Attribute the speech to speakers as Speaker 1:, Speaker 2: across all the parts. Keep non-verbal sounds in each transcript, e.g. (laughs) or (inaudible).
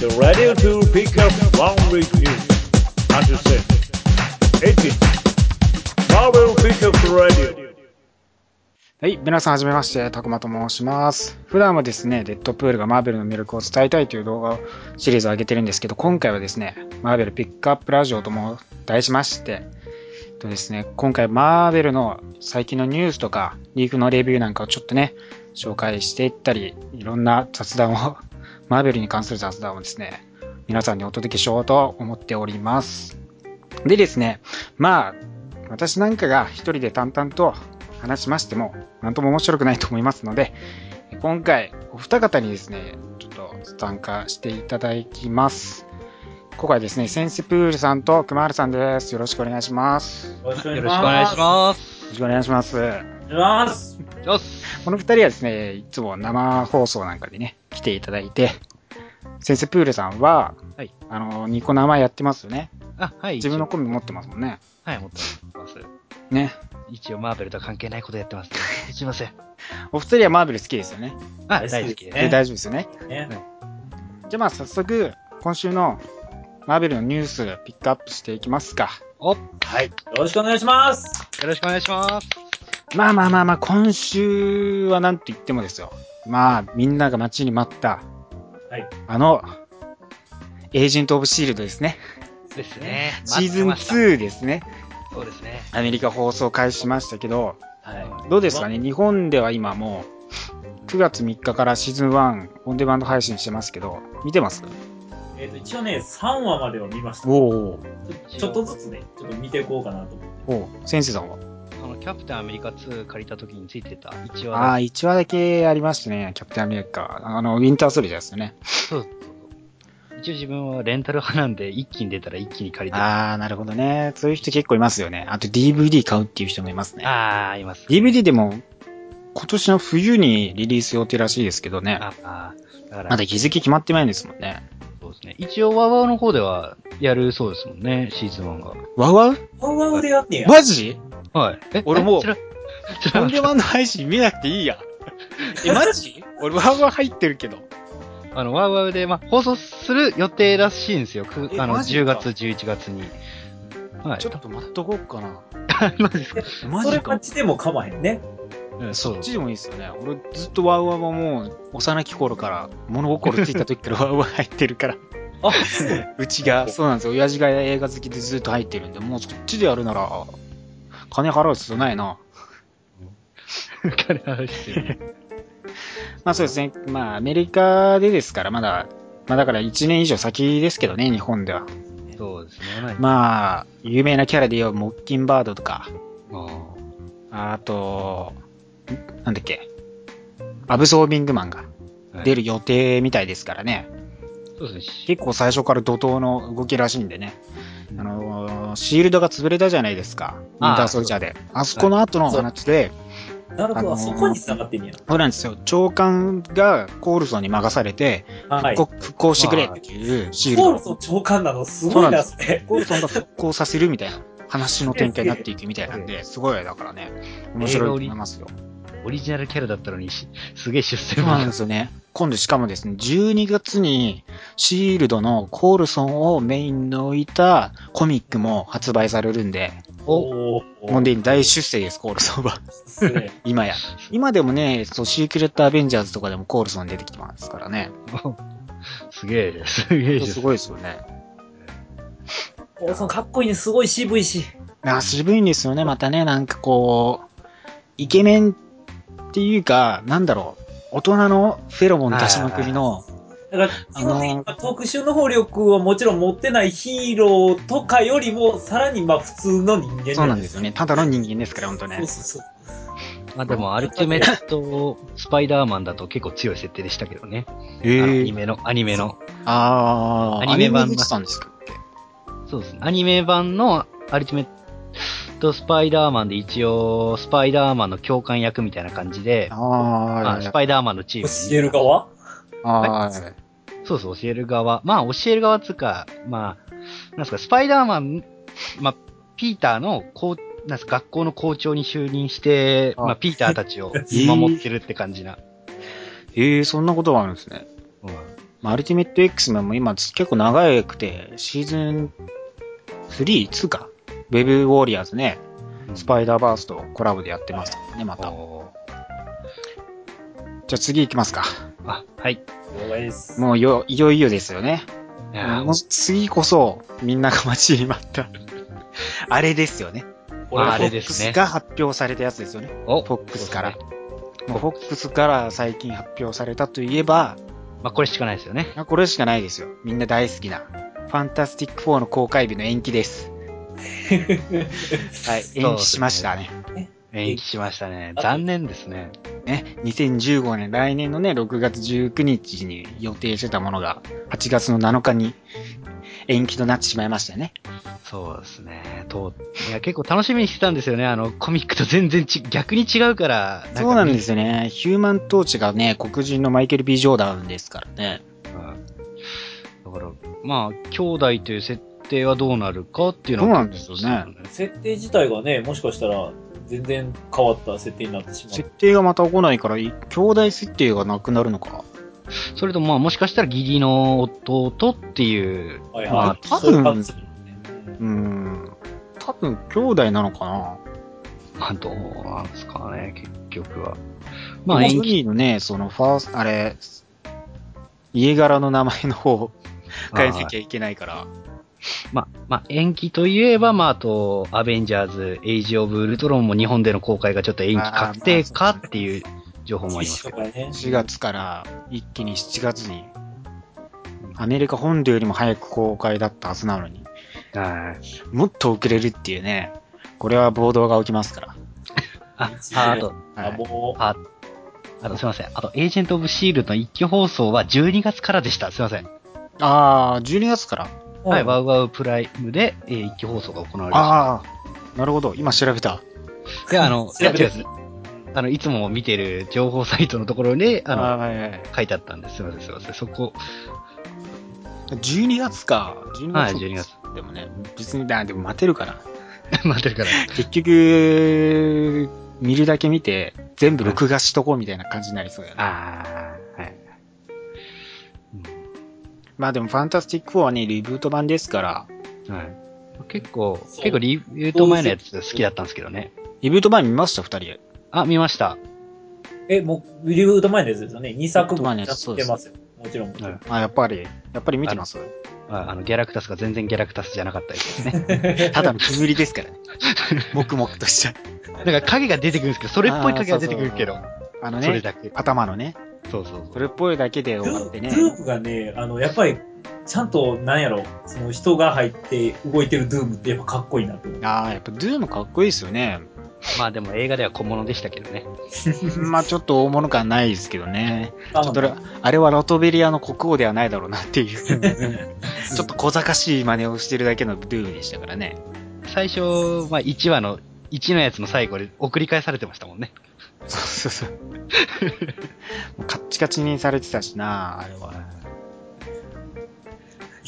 Speaker 1: The radio to pick up one with you. Understand? 18. Marvel Pickup Radio.
Speaker 2: はい、皆さんはじめまして、たくまと申します。普段はですね、デッドプールがマーベルの魅力を伝えたいという動画をシリーズを上げてるんですけど、今回はですね、マーベルピックアップラジオとも題しまして、えっとですね、今回マーベルの最近のニュースとか、リークのレビューなんかをちょっとね、紹介していったり、いろんな雑談を、 (laughs) マーベルに関する雑談をですね、皆さんにお届けしようと思っております。でですね、まあ、私なんかが一人で淡々と話しましても、なんとも面白くないと思いますので、今回、お二方にですね、ちょっと参加していただきます。今回はですね、センスプールさんと熊原さんです。よろしくお願いします。よ
Speaker 3: よろしくお
Speaker 4: よろしくお願いします。
Speaker 2: ろしくお願いします。
Speaker 3: す。ます。
Speaker 4: よし。
Speaker 2: この二人はですね、いつも生放送なんかでね、来ていただいて、センスプールさんは、
Speaker 4: はい
Speaker 2: あの、ニコ生やってますよね。
Speaker 4: あ、はい。
Speaker 2: 自分のコンビ持ってますもんね。
Speaker 4: はい、持ってます。
Speaker 2: ね。
Speaker 4: 一応、マーベルとは関係ないことやってます。すいません。
Speaker 2: お二人はマーベル好きですよね。
Speaker 4: あ、大好きです
Speaker 2: で
Speaker 4: ね。
Speaker 2: 大丈夫ですよね。
Speaker 3: ね
Speaker 2: じゃあまあ早速、今週のマーベルのニュースピックアップしていきますか。
Speaker 4: お、よ
Speaker 3: はい。よろしくお願いします。
Speaker 4: ろしくお願いします。
Speaker 2: まあまあまあまあ、今週はなんと言ってもですよ。まあ、みんなが待ちに待った、
Speaker 3: はい
Speaker 2: あの、エージェント・オブ・シールドですね。
Speaker 4: ですね。
Speaker 2: シーズン
Speaker 4: 待ってまし
Speaker 2: 2ですね。
Speaker 4: た。そうですね。
Speaker 2: アメリカ放送開始しましたけど、
Speaker 3: は
Speaker 2: どうですかね日本では今もう、9月3日からシーズン1オンデマンド配信してますけど、見てます
Speaker 3: い。えっ、と、一応ね、3話までを見ました。ちょ
Speaker 2: おー
Speaker 3: ちょっとずつね、ちょっと見ていこうかなと思って。
Speaker 2: おう先生さんは
Speaker 4: あの、キャプテンアメリカ2借りた時についてた一話
Speaker 2: ああ、
Speaker 4: い。
Speaker 2: 1話だけありましたね。キャプテンアメリカ。あの、ウィンターソルジャーですよね。
Speaker 4: そうそうそう一応自分はレンタル派なんで、一気に出たら一気に借りてあ
Speaker 2: ああ、なるほどね。そういう人結構いますよね。あと DVD 買うっていう人もいますね。
Speaker 4: あー、います。
Speaker 2: DVD でも、今年の冬にリリース予定らしいですけどね。
Speaker 4: ああー、だから、
Speaker 2: まだ日付決まってないんですもんね。
Speaker 4: そうですね。一応、ワワワの方ではやるそうですもんね、シーズン1
Speaker 2: わわう
Speaker 3: ワウワウでやってんや。
Speaker 2: マ (laughs) ジ
Speaker 4: が。はい。え
Speaker 2: 俺もう
Speaker 4: 知ら知ら
Speaker 2: オ
Speaker 4: な
Speaker 2: ン
Speaker 4: か
Speaker 2: デ
Speaker 4: った
Speaker 2: マンド配信見なくていいや。え、マジ俺わわ入ってるけど。
Speaker 4: あの、ワウワウで、まあ、放送する予定らしいんですよ。く
Speaker 2: え
Speaker 4: あの、
Speaker 2: マジか
Speaker 4: 10月、11月に。はい。 (laughs)
Speaker 2: ちょっと待っとこうかな。
Speaker 4: マジですか
Speaker 2: マ
Speaker 3: それ勝
Speaker 2: ジか。
Speaker 3: ちでもかまへんね。
Speaker 4: うんそ
Speaker 2: そうっ。ちでもいいですよね。俺ずっとワウワウはもう幼き頃から物心ついた時からワウワウ入ってるから。
Speaker 4: あ、
Speaker 2: うちが、そうなんですよ。親父が映画好きでずっと入ってるんで、もうそっちでやるなら、金払う必要ないな。
Speaker 4: 金払う必要ない
Speaker 2: まあそうですね。まあアメリカでですから、まだ、まあだから1年以上先ですけどね、日本では。
Speaker 4: そうですね。まあ
Speaker 2: まあ、有名なキャラで言えばモッキンバードとか、
Speaker 4: あ
Speaker 2: あと、んなんだっけ、アブソービングマンが
Speaker 4: ー
Speaker 2: 出る予定みたいですからね。
Speaker 4: そうですねし。
Speaker 2: 結構最初から怒涛の動きらしいんでね。
Speaker 4: うん
Speaker 2: あのーシールドが潰れたじゃないですか。ウィンターソルジャーで。あそこの後のお話で、
Speaker 3: なるほど、
Speaker 2: あのー
Speaker 3: そこに繋がってんや。
Speaker 2: そうなんですよ。長官がコールソンに任されて、
Speaker 3: はい。
Speaker 2: 復
Speaker 3: コ
Speaker 2: 復興してくれっていうシール
Speaker 3: ー
Speaker 2: ド
Speaker 3: ル。ソン長官なの、すごいな、それ。
Speaker 2: コールソンが復興させるみたいな話の展開になっていくみたいなんで、すごい、だからね、面白いと思いますよ。
Speaker 4: オリジナルキャラだったのにし、すげえ出
Speaker 2: そ
Speaker 4: 世
Speaker 2: うなん
Speaker 4: も
Speaker 2: ですよね。今度しかもですね、12月にシールドのコールソンをメインの置いたコミックも発売されるんで、
Speaker 4: お、
Speaker 3: おー
Speaker 2: もうで大出世です、コールソンは。 (laughs)
Speaker 3: すげえ
Speaker 2: 今や。今でもね、そう、シークレットアベンジャーズとかでもコールソン出てきてますからね。
Speaker 4: (laughs) すげえ、すげえ出
Speaker 2: す
Speaker 4: 世。
Speaker 2: ごいですよね。
Speaker 3: コールソンかっこいいね、すごい渋いし。
Speaker 2: あ渋いんですよね、またね、なんかこう、イケメンっていうか、なんだろう、大人のフェロモン出しまくりの、
Speaker 3: だから、基本的には特殊能力をもちろん持ってないヒーローとかよりも、さらにまあ普通の人間
Speaker 2: そうなんですよね、ただの人間ですから、本
Speaker 3: そ
Speaker 2: 当
Speaker 3: う
Speaker 2: ね。
Speaker 3: そうそう。
Speaker 4: まあでも、アルティメット、スパイダーマンだと結構強い設定でしたけどね。あのアニメの、アニメの。
Speaker 2: あー、
Speaker 4: アニメ版
Speaker 2: アニ出てたんですかっけ
Speaker 4: そうですね。アニメ版のアルティメットスパイダーマンで一応、スパイダーマンの教官役みたいな感じで、
Speaker 2: あ
Speaker 4: あス
Speaker 2: ー、
Speaker 4: パイダーマンのチーム
Speaker 3: 教
Speaker 4: に。
Speaker 3: える側
Speaker 2: あー、
Speaker 4: そうそう、教える側。まあ、教える側っつうか、まあ、なんすか、スパイダーマン、まあ、ピーターの、こう、なんすか、学校の校長に就任して、
Speaker 2: あ
Speaker 4: まあ、ピーターたちを見守ってるって感じな。
Speaker 2: えー、そんなことがあるんですね。
Speaker 4: うん
Speaker 2: まあ、アルティメット X メンも今結構長くて、シーズン3、2か。ウェブウォーリアーズね、スパイダーバースとコラボでやってますね、また。
Speaker 4: おー
Speaker 2: じゃあ次行きますか。
Speaker 4: あ、はい。
Speaker 3: そうです。
Speaker 2: もうよ、いよいよですよね。
Speaker 4: いやー
Speaker 2: もう次こそ、みんなが待ちに待
Speaker 4: (laughs)
Speaker 2: った。あれですよね。
Speaker 4: まああ
Speaker 2: フォ
Speaker 4: れ
Speaker 2: ッ
Speaker 4: で
Speaker 2: ク
Speaker 4: すね
Speaker 2: スが発表されたやつですよね。
Speaker 4: お
Speaker 2: フォックスから
Speaker 4: そう。
Speaker 2: もうフォックスから最近発表されたといえば、
Speaker 4: まあ、これしかないですよね。
Speaker 2: あこれしかないですよ。みんな大好きな。ファンタスティック4の公開日の延期です。はい、
Speaker 4: ね
Speaker 2: 延期しましたね。
Speaker 4: 延期しましたね。残念ですね。
Speaker 2: ね、2015年、来年のね、6月19日に予定してたものが、8月の7日に延期となってしまいましたね。
Speaker 4: そうですね。と、いや、結構楽しみにしてたんですよね。あの、コミックと全然ち、逆に違うから。か
Speaker 2: そうなんですよね。ヒューマントーチがね、黒人のマイケル・ B ・ジョーダンですからね。
Speaker 4: うんだから、まあ、兄弟という設定はどうなるかっていうの
Speaker 2: そう
Speaker 4: は
Speaker 2: なんですよね
Speaker 3: 設定自体がね、もしかしたら全然変わった設定になってしま
Speaker 2: 設定がまた来ないから、い兄弟設定がなくなるのか。
Speaker 4: それとも、まあ、もしかしたら義理の弟っていう、
Speaker 3: う。はい
Speaker 2: まあ
Speaker 3: はい。
Speaker 2: 多分
Speaker 3: そういう感じ
Speaker 2: うーん。多分、兄弟なのかな。
Speaker 4: まあ、どうなんですかね、結局は。
Speaker 2: ま
Speaker 4: ま
Speaker 2: あ、
Speaker 4: あ、
Speaker 2: ソ
Speaker 4: 延期
Speaker 2: ニーのね、その、ファースト、あれ、家柄の名前の方を変えなきゃいけないから。
Speaker 4: まあ、まあ、延期といえば、まあ、あと、アベンジャーズ、エイジ・オブ・ウルトロンも日本での公開がちょっと延期確定かっていう情報も
Speaker 3: 厳
Speaker 4: あり
Speaker 3: し
Speaker 4: ま
Speaker 3: い
Speaker 4: すけど。
Speaker 3: からね。
Speaker 2: 4月から一気に7月に、アメリカ本土よりも早く公開だったはずなのに、
Speaker 4: はい。
Speaker 2: もっと遅れるっていうね、これは暴動が起きますから。
Speaker 4: あ、ああと、
Speaker 3: あ、
Speaker 2: はい
Speaker 3: もう、
Speaker 4: あ、あとすいません。あと、エージェント・オブ・シールドの一期放送は12月からでした。すいません。
Speaker 2: ああ、12月から。
Speaker 4: はい、ワウワウプライムで、えー一期放送が行われま
Speaker 2: ああ、なるほど。今調べた。
Speaker 4: した。で、あの、いや
Speaker 3: 調べて
Speaker 4: 違うあの、いつも見てる情報サイトのところに、あの、
Speaker 2: ーはいはい。
Speaker 4: 書いてあったんです。すいません、すいません。そこ、
Speaker 2: 12月か。12
Speaker 4: はい、12月。
Speaker 2: でもね、別に、あでも待てるかな。
Speaker 4: (laughs) 待ってるから。
Speaker 2: 結局、見るだけ見て、全部録画しとこうみたいな感じになりそうだな。
Speaker 4: ああ、はい。
Speaker 2: まあでも、ファンタスティック4はね、リブート版ですから、
Speaker 4: はい。結構、
Speaker 3: そう
Speaker 4: 結構リビュート前のやつ好きだったんですけどね。
Speaker 2: リブート版見ました、二人。
Speaker 4: あ、見ました。
Speaker 3: え、もう、ウィリブート前のやつですよね。2作
Speaker 2: 前
Speaker 3: 分
Speaker 2: の
Speaker 3: や
Speaker 2: やつ
Speaker 3: っ
Speaker 2: そう
Speaker 3: て
Speaker 2: です
Speaker 3: ますよ。もちろん。もちろん
Speaker 4: はい
Speaker 2: あ、やっぱり、やっぱり見てます。
Speaker 4: ああの、ギャラクタスが全然ギャラクタスじゃなかったですね。
Speaker 2: ただの煙です
Speaker 4: (laughs)
Speaker 2: からね。黙々としちゃう。
Speaker 4: なんか影が出てくるんですけど、それっぽい影が出てくるけど
Speaker 2: あー。あの
Speaker 4: それ
Speaker 2: ね、
Speaker 4: だけ。
Speaker 2: 頭のね、
Speaker 4: そうそうそ。
Speaker 2: そうれっぽいだけで
Speaker 3: グ
Speaker 2: 終わって
Speaker 3: ル
Speaker 2: ね。
Speaker 3: ープがね、あの、やっぱり、ちゃんと、なんやろ、その人が入って動いてるドゥームってやっぱかっこいいなと思う。
Speaker 2: ああ、やっぱドゥームかっこいいですよ
Speaker 4: (laughs)
Speaker 2: ね。
Speaker 4: まあでも映画では小物でしたけどね。
Speaker 2: まあちょっと大物感ないですけどね。
Speaker 3: あ
Speaker 2: ちょっとらあれはロトベリアの国王ではないだろうなって (laughs) いう。ちょっと小賢しい真似をしてるだけのドゥームでしたからね。
Speaker 4: 最初、まあ1話の、1のやつの最後で送り返されてましたもんね。
Speaker 2: そうそうそう。もうカッチカチにされてたしな、あれは。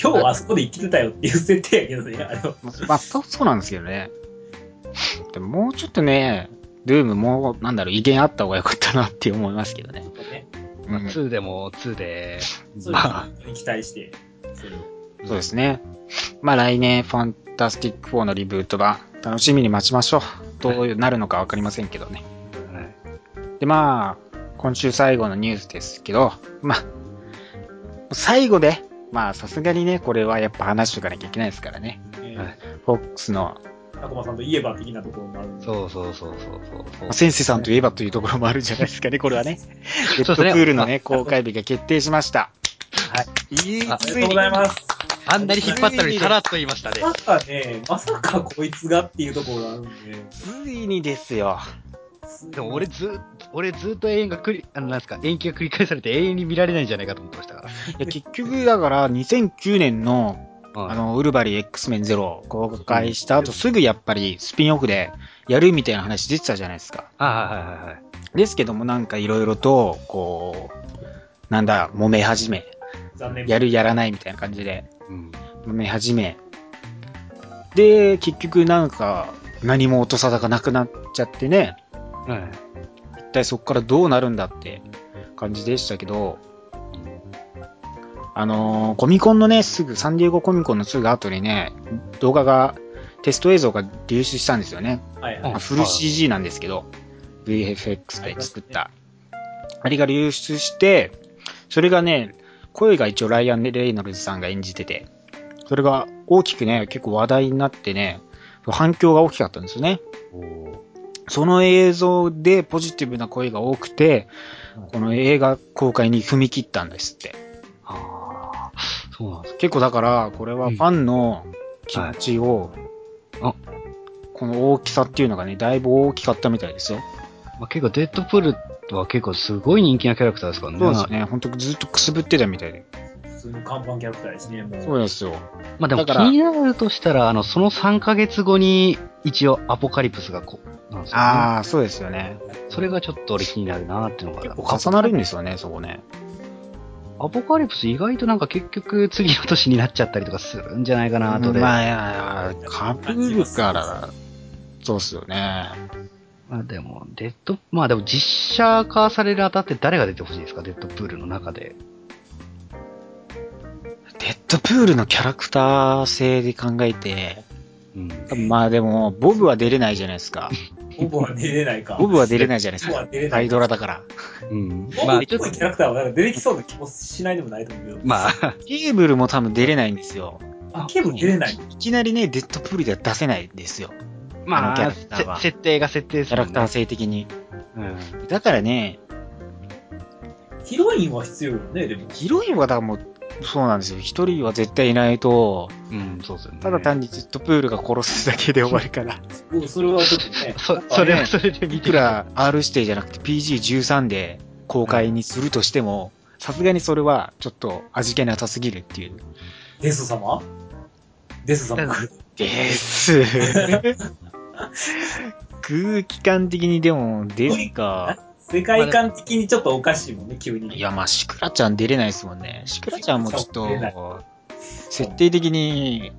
Speaker 3: 今日はあそこで生きてたよっていう設定や
Speaker 2: (laughs)
Speaker 3: けどね、あれは。
Speaker 2: まあ、そう、そうなんですけどね。でも、もうちょっとね、ドゥームもう、なんだろう、威厳あった方が良かったなって思いますけどね。
Speaker 3: ね
Speaker 2: うんそ
Speaker 4: 2でも2で、
Speaker 3: そういう
Speaker 4: まあ、
Speaker 3: のに期待して。それを
Speaker 2: うですね。まあ、来年、ファンタスティック4のリブート版、楽しみに待ちましょう。どうなるのかわかりませんけどね。
Speaker 4: はい
Speaker 2: で、まあ、今週最後のニュースですけど、まあ、最後で、まあ、さすがにね、これはやっぱ話しとかなきゃいけないですからね。
Speaker 3: え
Speaker 4: はい
Speaker 3: ー
Speaker 2: フォックスの、
Speaker 3: たこまさんといえば的なところもあるんで。
Speaker 4: そうそうそうそうそうそう。
Speaker 2: 先生さんといえばというところもあるんじゃないですかね、これはね。レッド
Speaker 4: そう
Speaker 2: プ
Speaker 4: ですね
Speaker 2: ールのね、公開日が決定しました。
Speaker 4: はい。
Speaker 2: いえ
Speaker 4: あ
Speaker 3: ありがと
Speaker 2: つい
Speaker 3: う
Speaker 2: に
Speaker 3: ございます。
Speaker 4: あんなに引っ張ったのにさらっと言いましたね。
Speaker 3: まさかね、まさかこいつがっていうところがあるんで。
Speaker 2: ついにですよ。
Speaker 4: でも俺ずっと、俺ずっと永遠が繰り、あの、なんですか、延期が繰り返されて永遠に見られないんじゃないかと思ってましたから。
Speaker 2: いや結局、だから、2009年の、あ
Speaker 4: あの、
Speaker 2: の、ウルバリン X メンゼロ公開した後、すぐやっぱりスピンオフでやるみたいな話出てたじゃないですか。
Speaker 4: あはいはいはいはい。
Speaker 2: ですけども、なんかいろいろと、こう、なんだ、揉め始め、
Speaker 3: 残念。
Speaker 2: やるやらないみたいな感じで、
Speaker 4: うん。
Speaker 2: 揉め始め、で、結局なんか、何も音沙汰がなくなっちゃってね、
Speaker 4: はい。
Speaker 2: 一体そこからどうなるんだって感じでしたけど、あのーコミコンのね、すぐ、サンディエゴコミコンのすぐ後にね、動画が、テスト映像が流出したんですよね。
Speaker 3: はいは
Speaker 4: う
Speaker 3: い
Speaker 4: ん
Speaker 2: まあフル CG なんですけど、VFX で作った。あれが流出して、それがね、声が一応ライアン・レイノルズさんが演じてて、それが大きくね、結構話題になってね、反響が大きかったんですよね。その映像でポジティブな声が多くて、この映画公開に踏み切ったんですって。
Speaker 4: ああ、そうなんです。
Speaker 2: 結構だから、これはファンの気持ちを、
Speaker 4: はいあ
Speaker 2: この大きさっていうのがね、だいぶ大きかったみたいですよ。
Speaker 4: まあ、結構、デッドプールは結構すごい人気なキャラクターですからね。
Speaker 2: そうですね。ほんとずっとくすぶってたみたいで。
Speaker 3: 普通の看板キャラクターですね、もう。
Speaker 2: そうですよ。
Speaker 4: まあでも気
Speaker 2: だから
Speaker 4: になるとしたら、あの、その3ヶ月後に、一応、アポカリプスがこう、なんですよね
Speaker 2: ああ、そうですよね。
Speaker 4: それがちょっと俺気になるなーっていうのが。
Speaker 2: 結構重なるんですよね、そこね。
Speaker 4: アポカリプス意外となんか結局次の年になっちゃったりとかするんじゃないかなとで、
Speaker 2: ま
Speaker 4: ま
Speaker 2: あ、いやいや、かぶるから、そうっすよね。
Speaker 4: あでも、デッド、まあでも実写化されるあたって誰が出てほしいですかデッドプールの中で。
Speaker 2: デッドプールのキャラクター性で考えて、
Speaker 4: うん。
Speaker 2: まあでも、ボブは出れないじゃないです (laughs) か。
Speaker 3: ボブは出れないか。
Speaker 2: ボブは出れないじゃないで
Speaker 3: ボブ
Speaker 2: す
Speaker 3: は
Speaker 2: か。
Speaker 3: 出れな
Speaker 2: アイ
Speaker 3: い。
Speaker 2: ドラだから。
Speaker 4: うん。
Speaker 3: ボ
Speaker 4: まあ
Speaker 3: ブっ
Speaker 4: ちょっ
Speaker 3: ぽいキ
Speaker 4: と、
Speaker 3: ャラクターはなんか出てきそうな気もしないでもないと思うけど。
Speaker 4: ま
Speaker 2: ケーブルも多分出れないんですよ。
Speaker 4: あ、
Speaker 3: ケーブル出れない。
Speaker 2: いきなりね、デッドプールでは出せないんですよ。
Speaker 4: ま
Speaker 2: あのキャ
Speaker 4: あ、
Speaker 2: ラクターは
Speaker 4: せ設定が設定です
Speaker 2: キャ
Speaker 4: も
Speaker 2: ラ
Speaker 4: ん
Speaker 2: ク
Speaker 4: ね
Speaker 2: ター性的に。
Speaker 4: うん。
Speaker 2: だからね、
Speaker 3: ヒロインは必要よね、でも。
Speaker 2: ヒロインはだからもう、そうなんですよ。一人は絶対いないと、
Speaker 4: うん、そうですよね。
Speaker 2: ただ単にデッドプールが殺すだけで終わりから。
Speaker 3: うんそれはちょっと
Speaker 4: (laughs)
Speaker 3: ね。
Speaker 4: そ、それはそれで見
Speaker 2: い
Speaker 4: て
Speaker 2: く
Speaker 4: る。
Speaker 2: ら R 指定じゃなくて PG13 で公開にするとしても、さすがにそれはちょっと味気なさすぎるっていう。
Speaker 3: デス様デス様。
Speaker 2: (laughs) です。空気感的にでも、ですか。
Speaker 3: 世界観的にちょっとおかしいもんね、急に。
Speaker 2: いや、まあ、シクラちゃん出れないですもんね。シクラちゃんもちょっ
Speaker 3: そう出れない
Speaker 2: と、設定的に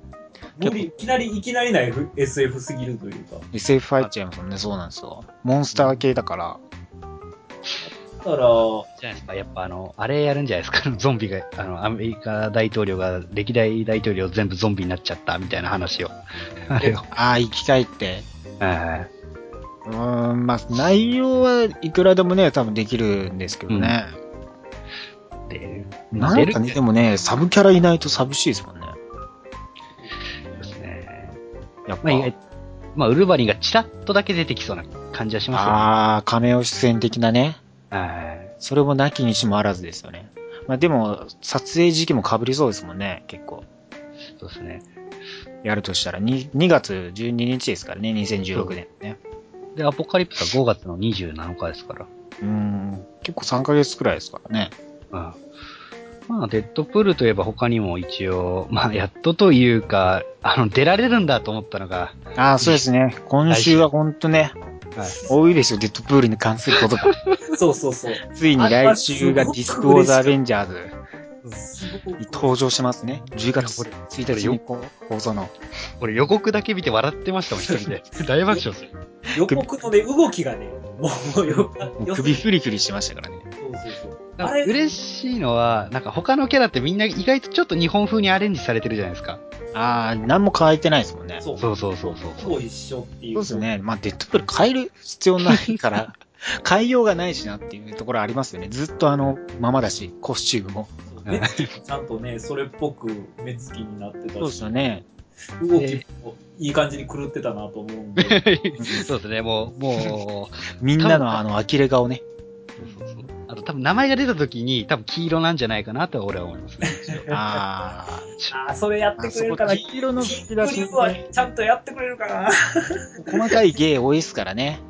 Speaker 3: 無理いきなり、いきなりな F- SF すぎるというか。
Speaker 2: SF 入っちゃいますもんね。そうなんですよ。モンスター系だから。
Speaker 3: だから、
Speaker 4: じゃないですか、やっぱあの、あれやるんじゃないですか、 (laughs) ゾンビが、あの、アメリカ大統領が、歴代大統領全部ゾンビになっちゃったみたいな話を。あれを。
Speaker 2: ああ、行きたいって。
Speaker 4: はいう
Speaker 2: ーん、まあ、内容はいくらでもね、多分できるんですけどね。
Speaker 4: で、
Speaker 2: なんかね、でもね、サブキャラいないと寂しいですもんね。
Speaker 4: ですね。
Speaker 2: やっぱ。
Speaker 4: まあ、意外まあ、ウルヴァリンがチラッとだけ出てきそうな感じはしま
Speaker 2: ああ、亀尾出演的なね。
Speaker 4: すよね。はい。
Speaker 2: それもなきにしもあらずですよね。まあでも、撮影時期も被りそうですもんね、結構。
Speaker 4: そうですね。
Speaker 2: やるとしたら、2, 2月12日ですからね、2016年ね。
Speaker 4: で、アポカリプスは5月の27日ですから。
Speaker 2: うーん、結構3ヶ月くらいですからね。
Speaker 4: うん。まあ、デッドプールといえば他にも一応、まあ、やっとというか、あの、出られるんだと思ったのが、
Speaker 2: ああ、そうですね。今週はほんとね、
Speaker 4: はい
Speaker 2: 多いですよ、デッドプールに関することが。 (laughs)
Speaker 3: そうそうそう。
Speaker 2: ついに来週がディスクオーザ・アベンジャーズ
Speaker 3: すご
Speaker 2: に
Speaker 3: く
Speaker 2: 登場しますね。10月
Speaker 4: いや
Speaker 2: 1日にこう放送の。
Speaker 4: これ予告だけ見て笑ってましたもん、一人で。 (laughs) 大爆笑する。
Speaker 3: 予告のね、動きがね、もうよ
Speaker 2: もう
Speaker 3: よ
Speaker 2: 首フリフリしてましたからね。
Speaker 3: そうそうそう。
Speaker 4: なん
Speaker 3: あ
Speaker 4: か
Speaker 3: れ
Speaker 4: 嬉しいのは、なんか他のキャラってみんな意外とちょっと日本風にアレンジされてるじゃないですか。
Speaker 2: ああ、何も変えてないですもんね。
Speaker 3: そう。
Speaker 4: そうそうそうそう
Speaker 3: ほぼ一緒っていう。
Speaker 2: そうです。ね。まあ、デッドプール変える必要ないから、変えようがないしなっていうところありますよね。ずっとあのままだし、コスチュームも。
Speaker 3: 目つきもちゃんとね、それっぽく目つきになってたし、
Speaker 2: そうですよね。
Speaker 3: 動きもいい感じに狂ってたなと思うんで、
Speaker 4: そうですね、もう、もう、
Speaker 2: みんなのあの、呆れ顔ね。
Speaker 4: そうそうそうあと多分名前が出た時に多分黄色なんじゃないかなとは俺は思いますね。
Speaker 2: ああ。
Speaker 3: ああ、それやって
Speaker 2: あ
Speaker 3: く
Speaker 2: そ
Speaker 3: れる
Speaker 2: こ
Speaker 3: かな、
Speaker 2: 黄色の
Speaker 3: キ
Speaker 2: 吹
Speaker 3: ッ
Speaker 2: き
Speaker 3: ク
Speaker 2: 出
Speaker 3: リー
Speaker 2: し
Speaker 3: ムはちゃんとやってくれるかな。
Speaker 2: 細かい芸多いですからね。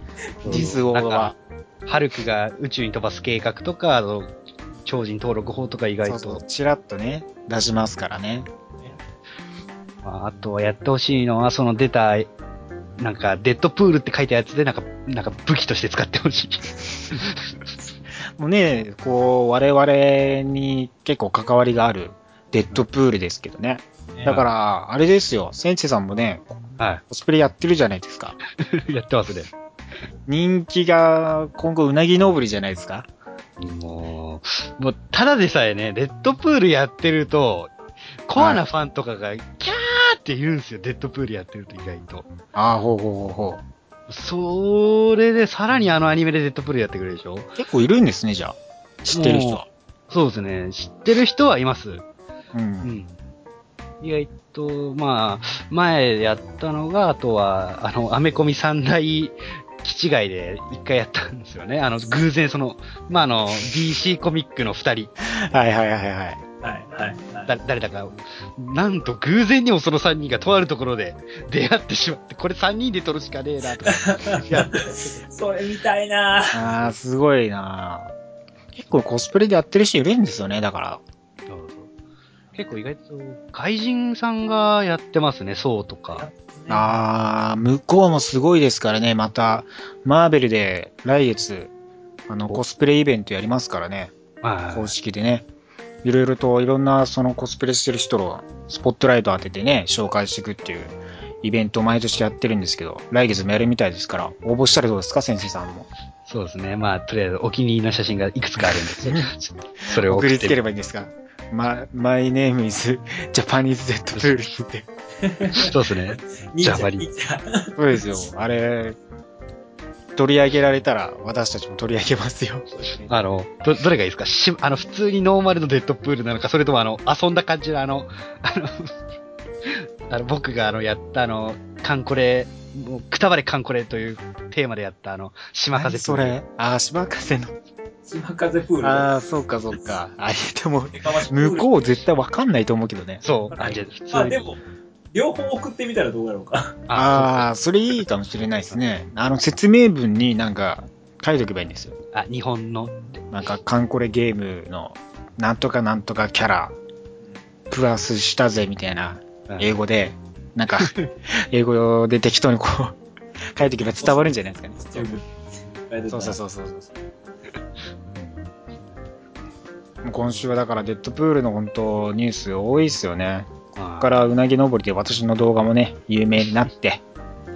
Speaker 2: 実王
Speaker 4: なん
Speaker 2: は
Speaker 4: か。ハルクが宇宙に飛ばす計画とか、あの超人登録法とか意外
Speaker 2: そ
Speaker 4: と。
Speaker 2: うそう。チラッとね、出しますからね。
Speaker 4: まあ、あとはやってほしいのは、その出た、なんか、デッドプールって書いたやつで、なんか、なんか武器として使ってほしい。 (laughs)
Speaker 2: もうね、こう、我々に結構関わりがあるデッドプールですけどね。だから、あれですよ。先生さんもね、
Speaker 4: は
Speaker 2: コスプレやってるじゃないですか。
Speaker 4: い。やってますね。
Speaker 2: 人気が今後うなぎ登りじゃないですか
Speaker 4: ももう、ただでさえね、デッドプールやってると、コアなファンとかが、キャーって言うんですよ、デッドプールやってると意外と。
Speaker 2: ああ、ほうほうほうほう。
Speaker 4: それで、さらにあのアニメでデッドプールやってくれるでしょ
Speaker 2: 結構いるんですね、じゃあ。知ってる人は。
Speaker 4: そうですね、知ってる人はいます。
Speaker 2: う。
Speaker 4: うんん。意外と、まあ、前やったのが、あとは、あの、アメコミ三大基地外で一回やったんですよね。あの、偶然その、まあ、あの、DC コミックの二人、
Speaker 2: はいはいはいはい。
Speaker 3: はい、はい、はい。
Speaker 4: だ誰だか、なんと偶然にもその三人がとあるところで出会ってしまって、これ三人で撮るしかねえな、とか。いや
Speaker 3: それみたいなぁ
Speaker 2: ああ、すごいな結構コスプレでやってる人いるんですよね、だから。
Speaker 4: 結構意外と、外人さんがやってますね、そうとか。
Speaker 2: ああ、向こうもすごいですからね、また、マーベルで来月、あの、コスプレイベントやりますからね、
Speaker 4: まあ
Speaker 2: 公式でね。いろいろといろんなそのコスプレしてる人をスポットライト当ててね、紹介していくっていうイベントを毎年やってるんですけど、来月もやるみたいですから、応募したらどうですか、先生さんも。
Speaker 4: そうですね。まあ、とりあえずお気に入りの写真がいくつかあるんですよ。それを
Speaker 2: 送りつけれ
Speaker 4: ば。
Speaker 2: ばいいんですか。ま、マイネームイ (laughs) ズ、ジャパニーズ Z プールにって。
Speaker 4: (laughs) そうですね。
Speaker 3: 忍
Speaker 4: ジャバ
Speaker 3: 者、
Speaker 4: リ
Speaker 3: 忍者。
Speaker 2: そうですよ。あれ、取り上げられたら、私たちも取り上げますよ。
Speaker 4: あの、ど、どれがいいですかし、あの、普通にノーマルのデッドプールなのか、それともあの、遊んだ感じのあの、あの、あの僕があの、やったあの、カンコレ、もうくたばれカンコレというテーマでやったあの、島風
Speaker 2: 何それあー、島風の。
Speaker 3: 島風プール。
Speaker 2: ああ、そうかそうか。あれ、でも、
Speaker 3: デカマシプール
Speaker 2: 向こう絶対わかんないと思うけどね。
Speaker 4: そう、あ、じゃあ普通に。
Speaker 3: あ、でも、両方送ってみたらどうやろうか。
Speaker 4: あ
Speaker 2: ああ、それいいかもしれないですね。あの、説明文になんか書いとけばいいんですよ。
Speaker 4: そうかあ、日本の、
Speaker 2: なんか、カンコレゲームの、なんとかなんとかキャラ、プラスしたぜ、みたいな、英語で、なんか、英語で適当にこう、書いとけば伝わるんじゃないですかね。そうそうそうそうそうそう。今週はだからデッドプールの本当ニュース多いですよね。
Speaker 4: あ
Speaker 2: だからうなぎ登りで私の動画もね、有名になって、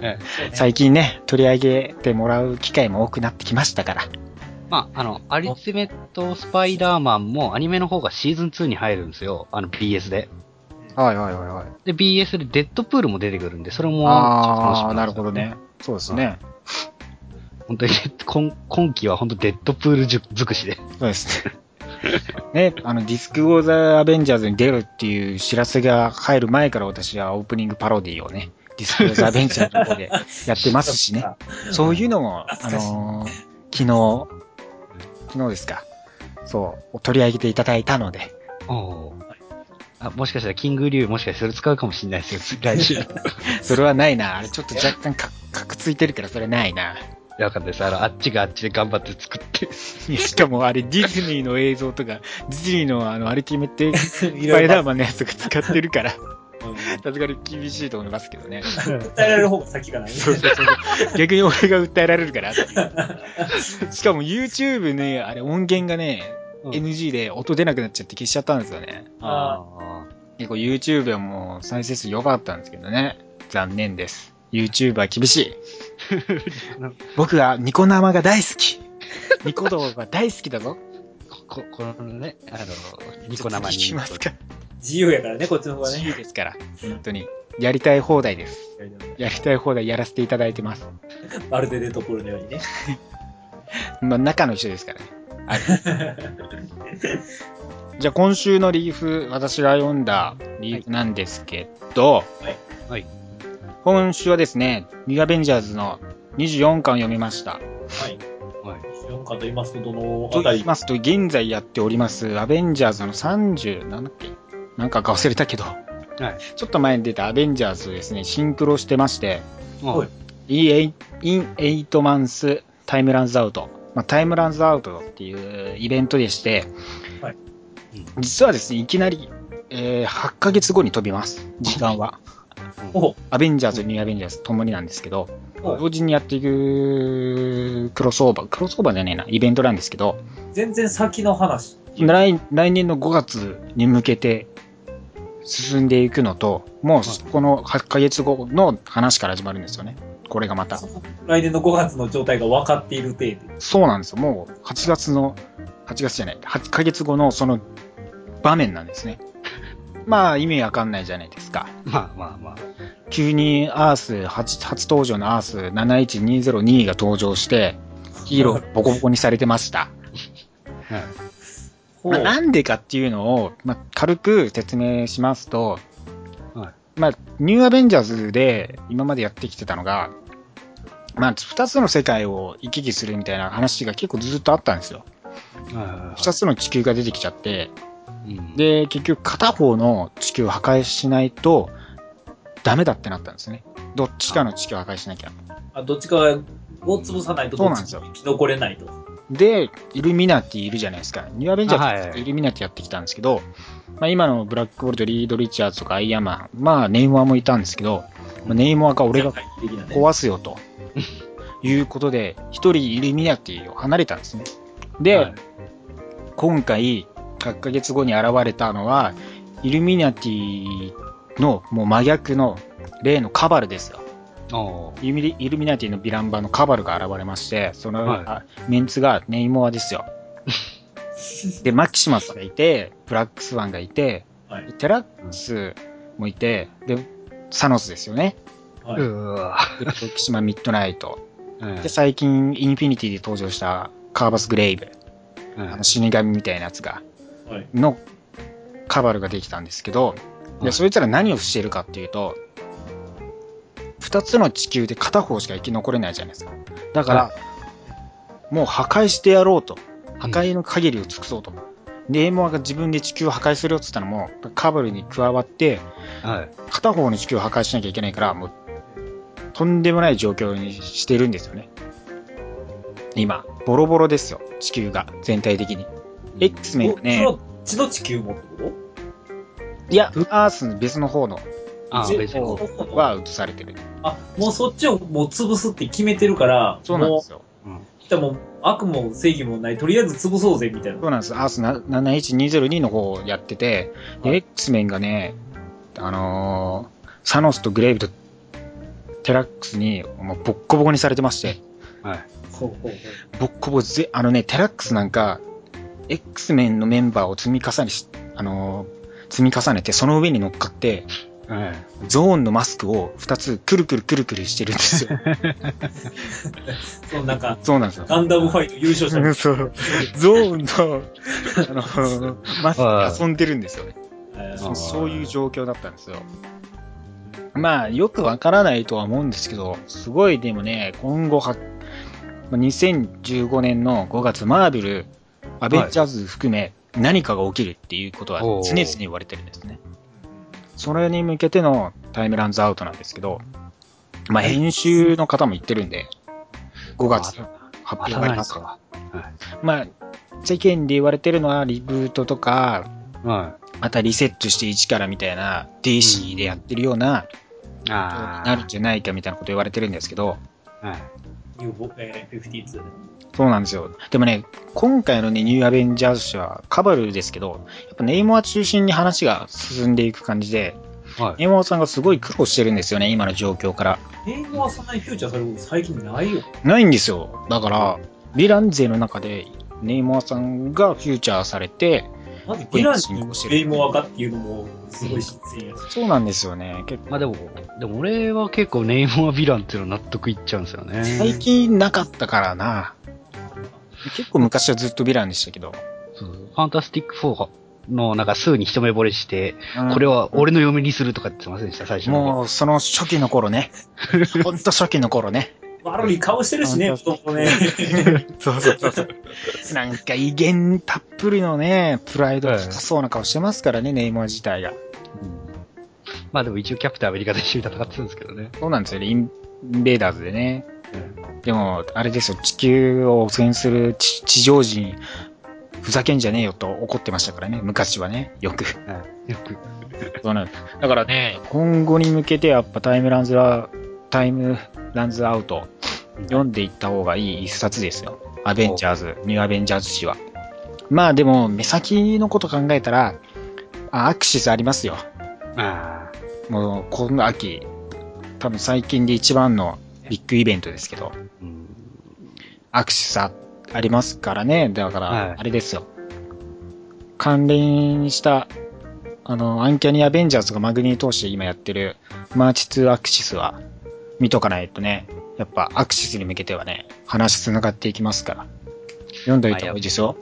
Speaker 4: ええ
Speaker 2: 最近ね、取り上げてもらう機会も多くなってきましたから。
Speaker 4: まあ、あの、アルティメット・スパイダーマンもアニメの方がシーズン2に入るんですよ。あの BS で。
Speaker 2: はいはいはいはい。
Speaker 4: で、BS でデッドプールも出てくるんで、それも、
Speaker 2: ああ、なるほど。ね。そうですね。
Speaker 4: 本当に、今今期は本当デッドプール尽くしで。
Speaker 2: そうです (laughs) ね。ね、あの、ディスク・オー・ザ・アベンジャーズに出るっていう知らせが入る前から私はオープニングパロディをね、ディスク・オー・ザ・アベンジャーズの方でやってますし (laughs) ね。そういうのも、あのー昨日、昨日ですか。そう、取り上げていただいたので、
Speaker 4: おーあ、もしかしたら、キングリュウもしかしたらそれ使うかもしれないです
Speaker 2: (laughs)
Speaker 4: よ、来週。い
Speaker 2: それはないな。あれちょっと若干か、かくついてるからそれないな。
Speaker 4: やわかんないです。あの、あっちがあっちで頑張って作って。
Speaker 2: いやしかもあれディズニーの映像とか、ディズニーのあの、アルティメットス
Speaker 3: い
Speaker 2: パ
Speaker 3: ろ
Speaker 2: イ
Speaker 3: い
Speaker 2: ダ
Speaker 3: ろ
Speaker 2: ーマンのやつとか使ってるから、
Speaker 3: うん
Speaker 2: さすがに厳しいと思いますけどね。
Speaker 3: 訴えられる方が先がない。
Speaker 2: そうそうそう逆に俺が訴えられるからっていう。しかも YouTube ね、あれ音源がね、
Speaker 4: うん
Speaker 2: NG で音出なくなっちゃって消しちゃったんですよね。
Speaker 3: あ
Speaker 2: 結構 YouTube はもう再生数良かったんですけどね。残念です。YouTube は厳し (laughs) い。僕はニコ生が大好き。ニコ動が大好きだぞ。
Speaker 4: こ、このね、あの、ニコ生に。
Speaker 2: 聞きますか。
Speaker 3: 自由やからね、こっちの方が
Speaker 2: 自
Speaker 3: ね。
Speaker 2: 由ですから。本当に。やりたい放題です。やりたい放題やらせていただいてます。
Speaker 3: まるでデッドプールのようにね。
Speaker 2: まあ、中の人ですからね。あ (laughs) れじゃあ今週のリーフ、私が読んだリーフなんですけど、
Speaker 4: いはい
Speaker 2: 今週はですね、ニューアベンジャーズの24巻を読みました。
Speaker 3: はい。
Speaker 4: はい。
Speaker 3: 4巻と言いますと、どの
Speaker 2: と
Speaker 3: あた
Speaker 2: 言
Speaker 3: り
Speaker 2: いますと、現在やっております、アベンジャーズの30、なんだっけなんかか忘れたけど、
Speaker 4: はい。
Speaker 2: ちょっと前に出たアベンジャーズをですね、シンクロしてまして、
Speaker 4: はい
Speaker 2: E8 in 8 months time runs out。まあ、タイムランズアウトっていうイベントでして、
Speaker 3: はい
Speaker 2: 実はですね、いきなり、えー8ヶ月後に飛びます、時間は。
Speaker 3: お
Speaker 2: アベンジャーズ、ニューアベンジャーズともになんですけど、
Speaker 3: お
Speaker 2: 同時にやっていくクロスオーバー、クロスオーバーじゃねえな、イベントなんですけど、
Speaker 3: 全然先の話。
Speaker 2: 来来年の5月に向けて進んでいくのと、もうそこの8ヶ月後の話から始まるんですよね。これがまた。
Speaker 3: 来年の5月の状態が分かっている程度。
Speaker 2: そうなんですよ。もう8月の、 8月じゃない、8ヶ月後のその場面なんですね。まあ、意味わかんないじゃないですか。
Speaker 4: まあまあまあ。
Speaker 2: 急にアース、初初登場のアース71202が登場して、ヒーローボコボコにされてました。
Speaker 3: ほう
Speaker 2: まあ、なんでかっていうのを、まあ、軽く説明しますと、
Speaker 4: はい
Speaker 2: まあ、ニューアベンジャーズで今までやってきてたのが、まあ、2つの世界を行き来するみたいな話が結構ずっとあったんですよ。2つの地球が出てきちゃって、
Speaker 4: うん、
Speaker 2: で、結局片方の地球を破壊しないとダメだってなったんですね。どっちかの地球を破壊しなきゃ。
Speaker 3: あどっちかを潰さないと、
Speaker 2: そう
Speaker 3: ど
Speaker 2: な
Speaker 3: っち
Speaker 2: んですよ
Speaker 3: か生き残れないと。
Speaker 2: で、イルミナティいるじゃないですか。ニューアベンジャ
Speaker 4: あはい
Speaker 2: ー
Speaker 4: は
Speaker 2: ズ
Speaker 4: い
Speaker 2: イルミナティやってきたんですけど、まあ、今のブラックボルト、リード・リチャーズとかアイアンマン、まあネイモアもいたんですけど、まあネイモアが俺が
Speaker 3: 社会的なね
Speaker 2: 壊すよ
Speaker 4: (laughs)
Speaker 2: ということで、一人イルミナティを離れたんですね。で、
Speaker 4: はい
Speaker 2: 今回、8ヶ月後に現れたのは、イルミナティのもう真逆の例のカバルですよ。
Speaker 4: おー
Speaker 2: イルミイルミナティのヴィラン版のカバルが現れまして、その、
Speaker 4: はい
Speaker 2: あメンツがネイモアですよ。で、マキシマスがいて、ブラックスワンがいて、
Speaker 3: はい
Speaker 2: テラックスもいて、で、サノスですよね。
Speaker 3: は
Speaker 4: う
Speaker 3: い
Speaker 4: ーわ。
Speaker 2: でトキシマミッドナイト。
Speaker 4: うん
Speaker 2: で、最近、インフィニティで登場したカーバスグレイブ、
Speaker 4: うん
Speaker 2: あの死神みたいなやつが、
Speaker 3: はい
Speaker 2: のカバルができたんですけど、
Speaker 4: は
Speaker 2: で
Speaker 4: い
Speaker 2: そいつら何をしてるかっていうと、二つの地球で片方しか生き残れないじゃないですか。だから、
Speaker 4: は
Speaker 2: もう破壊してやろうと。破
Speaker 4: うん
Speaker 2: 壊の限りを尽くそうと。で、エモアが自分で地球を破壊するよって言ったのも、カバルに加わって、
Speaker 4: はい。
Speaker 2: 片方の地球を破壊しなきゃいけないから、もう、とんでもない状況にしてるんですよね。今、ボロボロですよ、地球が、全体的に。X メンがね、
Speaker 3: おその地球もってこ
Speaker 2: いや、アースの別の方の
Speaker 4: あ
Speaker 3: と
Speaker 4: ー別に。
Speaker 2: は映されてる。
Speaker 3: あ、もうそっちをもう潰すって決めてるから、
Speaker 2: そうなんですよ。
Speaker 4: うん
Speaker 3: もう、でも悪も正義もない、とりあえず潰そうぜ、みたいな。
Speaker 2: そうなんです。アースな71202の方をやってて、
Speaker 3: は
Speaker 2: で、
Speaker 3: い
Speaker 2: X メンがね、あのーサノスとグレイブとテラックスにもうボッコボコにされてまして、
Speaker 4: はい。
Speaker 3: ほうほうほう
Speaker 2: ボッコボコぜ、あのね、テラックスなんか、X メンのメンバーを積み重ねし、あのー積み重ねて、その上に乗っかって、
Speaker 4: はい。
Speaker 2: ゾーンのマスクを2つくるくるくるくるしてるんですよ。
Speaker 3: そのなんか、
Speaker 2: そうなんですよ。
Speaker 3: ガンダムファイト優勝者み
Speaker 2: そう。ゾーンの、あのー、マスクで遊んでるんですよね。
Speaker 3: たいな。
Speaker 2: そ
Speaker 4: あ
Speaker 2: う
Speaker 4: ー
Speaker 2: そういう状況だったんですよ。まあ、よくわからないとは思うんですけど、すごいでもね、今後は、まあ2015年の5月、マーベル、アベンジャーズ含め、何かが起きるっていうことは常
Speaker 4: おー
Speaker 2: 々言われてるんですね。それに向けてのタイムランズアウトなんですけど、まあ、編集の方も言ってるんで、5月発表がありますから。まあ、世間で言われてるのはリブートとか、
Speaker 4: は
Speaker 2: またリセットして一からみたいな DC でやってるような、
Speaker 4: い。あ
Speaker 2: なるんじゃないかみたいなこと言われてるんですけど、
Speaker 4: あ。はい。
Speaker 3: ニューボえー、52。
Speaker 2: そうなんですよ。でもね、今回のね、ニューアベンジャーズ社はカバルですけど、やっぱネイモア中心に話が進んでいく感じで、
Speaker 4: はい。
Speaker 2: ネイモアさんがすごい苦労してるんですよね、今の状況から。
Speaker 3: 英語はそんなにフューチャーされること最近ないよ。
Speaker 2: ないんですよ。だから、ヴィラン勢の中で、ネイモアさんがフューチャーされて、
Speaker 3: まず、イランに英語わかっていうのも、すごい新鮮やし。
Speaker 2: そうなんですよね。結構
Speaker 4: まあでも、でも俺は結構ネイモア・ヴィランっていうのは納得いっちゃうんですよね。
Speaker 2: 最近なかったからな。結構昔はずっとヴィランでしたけど。
Speaker 4: そうファンタスティック4のなんかスーに一目惚れして、
Speaker 2: うん
Speaker 4: これは俺の嫁にするとかって言ってませんでした、最初の方。
Speaker 2: もう、その初期の頃 (laughs) ね。ほんと初期の頃ね。
Speaker 3: 悪い顔してるしね、
Speaker 2: あんた
Speaker 3: 子
Speaker 2: (laughs)
Speaker 3: 供ね。
Speaker 2: そうそうそうそう。 (laughs) なんか威厳たっぷりのね、プライド高そうな顔してますからね、ネイモア自体が。
Speaker 4: うんまあでも一応キャプテンアメリカで一緒に戦ってるんですけどね。
Speaker 2: そうなんですよね、インインベーダーズでね。でも、あれですよ、地球を汚染する地地上人、ふざけんじゃねえよと怒ってましたからね、昔はね、よく。
Speaker 4: よく。
Speaker 2: そうなんだからね、今後に向けてやっぱタイムランズラ、タイムランズアウト、読んでいった方がいい一冊ですよ。アベンジャーズ、ニューアベンジャーズ誌は。まあでも、目先のこと考えたら、あアクシスありますよ。
Speaker 4: あ
Speaker 2: もう、この秋、多分最近で一番のビッグイベントですけど、
Speaker 4: ーうん
Speaker 2: アクシスあありますからね。だか
Speaker 4: はい
Speaker 2: ら、あれですよ。関連した、あの、アンキャニアベンジャーズがマグニー投資で今やってる、マーチ2アクシスは、見とかないとね、やっぱアクシスに向けてはね、話繋がっていきますから。読んどいた方がいいですよ。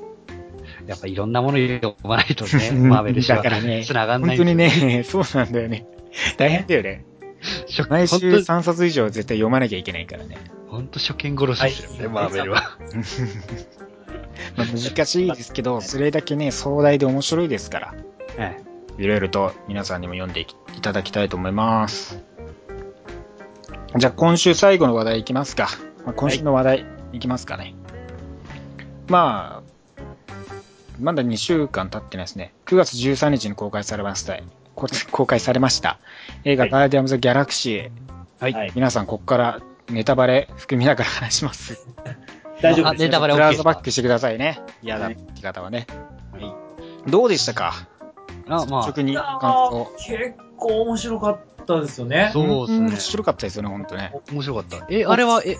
Speaker 4: やっぱいろんなもの読まないと
Speaker 2: (laughs)
Speaker 4: ね、
Speaker 2: うん
Speaker 4: マーベル氏は
Speaker 2: だからね
Speaker 4: 繋がんな
Speaker 2: 本
Speaker 4: い
Speaker 2: 当
Speaker 4: んですよ
Speaker 2: に、ね、 (laughs) そうなんだよね。大変だよね。
Speaker 4: 初
Speaker 2: 毎週
Speaker 4: 本当に
Speaker 2: 3冊以上絶対読まなきゃいけないからね。
Speaker 4: 本当初見殺しですよね、
Speaker 3: はい
Speaker 4: マーベルは。
Speaker 2: まあ難しいですけど、それだけね、壮大で面白いですから、
Speaker 4: (laughs) はい
Speaker 2: いろいろと皆さんにも読んでいきいただきたいと思います。じゃあ今週最後の話題いきますか。まあ今週の話題いきますかね。まあ、まだ2週間経ってないですね。9月13日に公開されました。こ公開されました。映画、
Speaker 3: はい
Speaker 2: ガーディアムズ・ギャラクシー。
Speaker 4: はい
Speaker 3: はい
Speaker 2: 皆さん、ここからネタバレ含みながら話します。
Speaker 3: 大丈夫
Speaker 4: あ
Speaker 3: です
Speaker 4: ネタバレ
Speaker 2: ブ
Speaker 4: OK
Speaker 2: ラ
Speaker 4: で
Speaker 2: ウ
Speaker 4: す
Speaker 2: ザ
Speaker 4: か
Speaker 2: バックしてくださいね。嫌だ
Speaker 3: は
Speaker 2: っ
Speaker 3: い
Speaker 2: て方はね。どうでしたか
Speaker 4: あまあ
Speaker 2: 率直に感想。
Speaker 3: 結構面白かったですよね。
Speaker 4: そうですね
Speaker 2: ん面白かったですよね、ほんとね。
Speaker 4: 面白かった。え、あれは、え、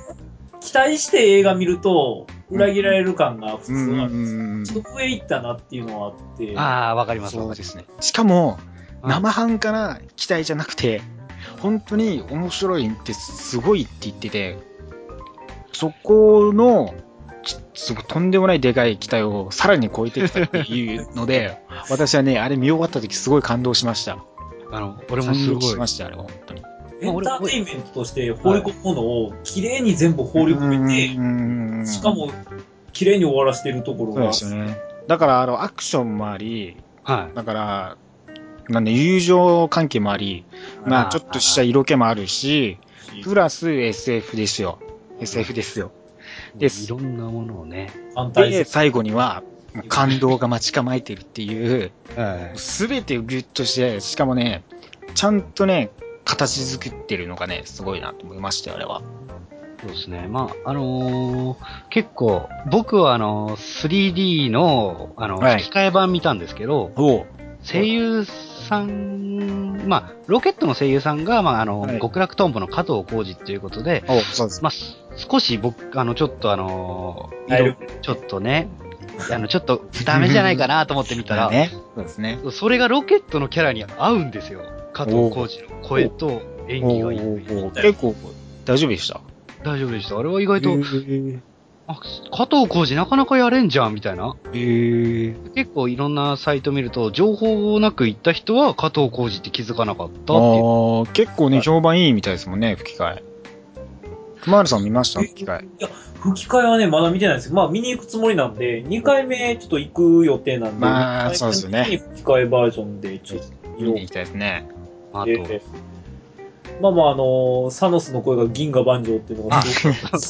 Speaker 3: 期待して映画見ると、裏切られる感が普
Speaker 2: う
Speaker 3: 通
Speaker 2: んう
Speaker 3: なん
Speaker 2: ん
Speaker 3: です
Speaker 2: うんうん。
Speaker 3: ちょっと上行ったなっていうのはあって。
Speaker 4: ああ、わかります。
Speaker 2: そう
Speaker 4: わか
Speaker 2: で
Speaker 4: ります
Speaker 2: ね。しかも、
Speaker 4: うん
Speaker 2: 生半可な期待じゃなくて、本当に面白いってすごいって言ってて、そこの、ちすごいとんでもないでかい期待をさらに超えてきたっていうの
Speaker 4: (laughs)
Speaker 2: で、私はね、あれ見終わった時すごい感動しました。
Speaker 4: あの、俺もす
Speaker 2: 感動
Speaker 4: ご
Speaker 2: し
Speaker 4: い
Speaker 2: ま。した、あれは本当に。
Speaker 3: エンターテインメントとして放り込むものを綺麗に全部放り込め
Speaker 2: め
Speaker 3: て、しかも綺麗に終わらせてるところ
Speaker 2: そう
Speaker 3: が
Speaker 2: で、すよね。だから、あの、アクションもあり、
Speaker 4: はい。
Speaker 2: だから、なんで、友情関係もあり、まあ、
Speaker 4: あー
Speaker 2: ちょっとした色気もあるし、プラス SF ですよ。SF ですよ。です
Speaker 4: いろんなものをね。
Speaker 3: 反対
Speaker 2: で、
Speaker 3: 説。
Speaker 2: 最後には、もう感動が待ち構えてるっていう、
Speaker 4: は
Speaker 2: すべてをギュッとして、しかもね、ちゃんとね、形作ってるのがね、すごいなと思いましたよ、あれは。
Speaker 4: そうですね。まあ、あのー結構、僕はあのー 3D の、あの、
Speaker 2: はい
Speaker 4: 吹き替え版見たんですけど、
Speaker 2: お
Speaker 4: 声優さん、まあ、ロケットの声優さんが、まあ、あの、
Speaker 2: はい
Speaker 4: 極楽とんぼの加藤浩二っていうことで、
Speaker 2: おそうです。
Speaker 4: まあ、す少し僕、あの、ちょっとあのー
Speaker 3: はい
Speaker 4: 色ちょっとね、あの、ちょっとダメじゃないかなと思ってみ (laughs) たら、
Speaker 2: ね。そうですね。
Speaker 4: それがロケットのキャラに合うんですよ。加藤浩二の声と演技がいいという。
Speaker 2: お結構、大丈夫でした。
Speaker 4: 大丈夫でした。あれは意外と、
Speaker 2: ー
Speaker 4: あ加藤浩二なかなかやれんじゃん、みたいな。
Speaker 2: え
Speaker 4: 結構いろんなサイト見ると、情報なく行った人は加藤浩二って気づかなかったっていう
Speaker 2: ああ、結構ね、評判いいみたいですもんね、吹き替え。熊原さん見ました吹き替え。
Speaker 3: いや、吹き替えはね、まだ見てないんですけど、まあ見に行くつもりなんで、2回目ちょっと行く予定なんで、
Speaker 2: ま
Speaker 3: 二回
Speaker 2: あ
Speaker 3: 目
Speaker 2: そうですよね
Speaker 3: 吹き替えバージョンで、ちょっと
Speaker 2: 見に行きたいですね。
Speaker 4: あと、
Speaker 3: ええまあまあ、あのーサノスの声が銀河万丈っていうの (laughs) がすごく、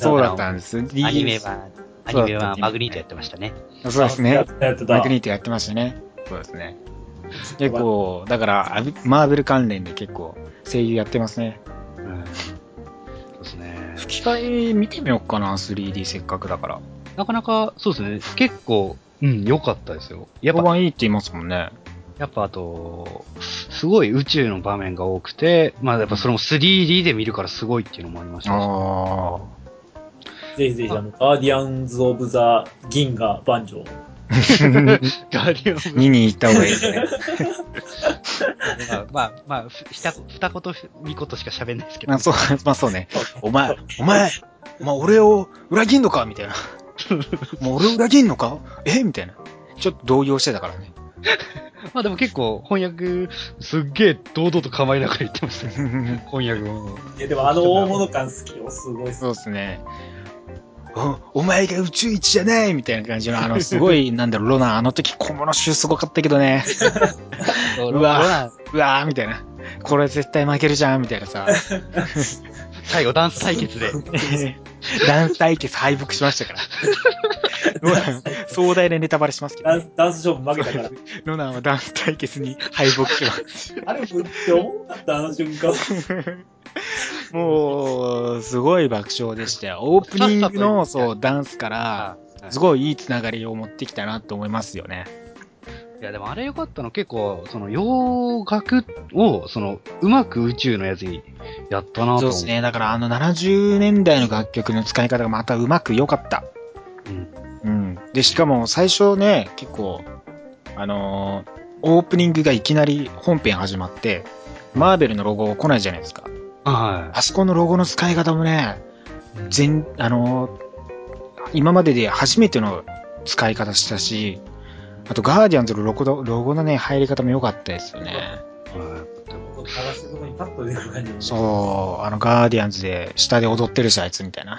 Speaker 2: そうだったんです。
Speaker 4: アニメは、ア
Speaker 2: そうだった
Speaker 4: ニメはマグニートやってましたね。
Speaker 2: そうです
Speaker 3: やっ
Speaker 2: ね。
Speaker 3: てたやってた
Speaker 2: マグニートやってましたね。そうですね。結構、だから、アビマーベル関連で結構、声優やってますね。
Speaker 4: うんそうですね。
Speaker 2: 吹き替え見てみようかな、3D せっかくだから。
Speaker 4: なかなか、そうですね。結構、うん、良かったですよ。やっ
Speaker 2: 評
Speaker 4: ぱ、
Speaker 2: 判いいって言いますもんね。
Speaker 4: やっぱあと、すごい宇宙の場面が多くて、まあやっぱそれも 3D で見るからすごいっていうのもありましたし
Speaker 2: あ
Speaker 3: ぜひぜひ、あの、ガーディアンズ・オブ・ザ・銀河万丈。
Speaker 2: あ。 (laughs)
Speaker 4: ガリオム
Speaker 2: 見に行った方がいいです (laughs) ね。
Speaker 4: まあ、まあ、ふひた二言二言しか喋んないですけど (laughs)
Speaker 2: まあ、。そう、まあそうね。お前、お前、お前俺を裏切んのかみたい (laughs) な。もう俺を裏切んのかえみたいな。ちょっと動揺してた (laughs) からね。
Speaker 4: まあでも結構翻訳、すっげえ堂々と構えながら言ってましたね。翻訳も。
Speaker 3: いや、でもあの大物感好きよ。すごいっす
Speaker 2: そうですね。おお前が宇宙一じゃないみたいな感じの、あの、すごい、なんだろう、ロナン、あの時小物集すごかったけどね。うわうわーみたいな。これ絶対負けるじゃんみたいなさ。
Speaker 4: 最後ダンス対決 (laughs) で。
Speaker 2: ダンス対決敗北しましたから。ロナン、壮大なネタバレしますけど
Speaker 3: ダ
Speaker 2: ね、
Speaker 3: ンス、ダンス勝負負けたから。
Speaker 2: ロナンはダンス対決に敗北します。
Speaker 3: あれ、むっちゃおもろかった、あの瞬 (laughs) 間。
Speaker 2: もう、すごい爆笑でしたよ。オープニングの、そう、ダンスから、すごいいいつながりを持ってきたなと思いますよね。
Speaker 4: いやでもあれ良かったの結構、その洋楽を、その、うまく宇宙のやつにやったなと
Speaker 2: そう
Speaker 4: 思
Speaker 2: ですね。だから、あの、70年代の楽曲の使い方がまたうまく良かった。で、しかも最初ね、結構、あのーオープニングがいきなり本編始まって、マーベルのロゴ来ないじゃないですか。
Speaker 4: は
Speaker 2: あそこのロゴの使い方もね、全、あのー今までで初めての使い方したし、あとガーディアンズのロゴのロゴのね、入り方も良かったですよね。
Speaker 4: い。はい
Speaker 3: こう探してるとこにパッと出る感じも
Speaker 2: そう、あのガーディアンズで下で踊ってるし、あいつみたいな。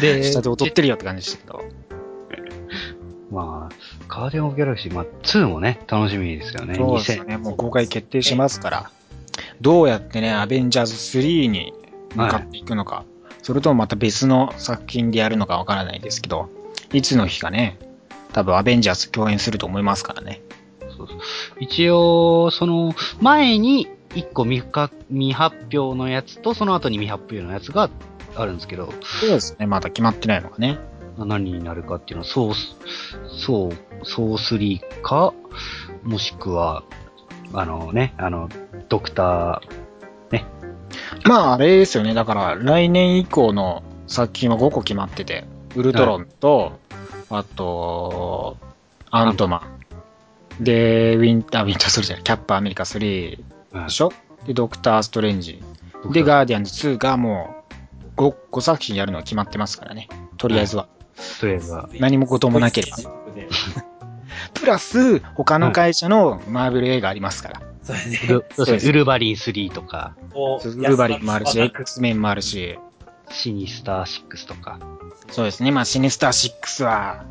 Speaker 4: で、
Speaker 2: 下で踊ってるよって感じでしたけど。
Speaker 4: まあ、ガーデンオブギャラクシー、まあ、2もね、楽しみですよね。
Speaker 2: そうですね、
Speaker 4: 2000
Speaker 2: もう公開決定しますから、どうやってね、アベンジャーズ3に向かっていくのか、それともまた別の作品でやるのかわからないですけど、いつの日かね、多分アベンジャーズ共演すると思いますからね。
Speaker 4: そうそう一応、その、前に1個未か未発表のやつと、その後に未発表のやつがあるんですけど、
Speaker 2: そうですね、まだ決まってないのがね。
Speaker 4: 何になるかっていうのは、ソース、ソー、ソー3か、もしくは、あのね、あの、ドクタ
Speaker 2: まあ、あれですよね、だから来年以降の作品は5個決まってて、ウルトロンと、あと、アントマン。で、ウィンター、ウィンターソルジャー、キャップアメリカ3
Speaker 4: ー、
Speaker 2: でしょで、ドクター・ストレンジ。
Speaker 4: ドクタ
Speaker 2: で、
Speaker 4: ー
Speaker 2: ガーディアンズ2がもう 5, 5作品やるのは決まってますからね。とりあえずは。
Speaker 4: とりあえずは、
Speaker 2: 何もこともなければ。プラス、他の会社のマーベル映画ありますから。
Speaker 3: それ
Speaker 4: ウ
Speaker 3: で、
Speaker 4: ルそうですねウルバリン3とか、
Speaker 3: こ
Speaker 2: ウルバリンもあるし、
Speaker 3: 安田
Speaker 2: X メンもあるし。
Speaker 4: シニスター6とか。
Speaker 2: そうですね。まあ、シネスター6は、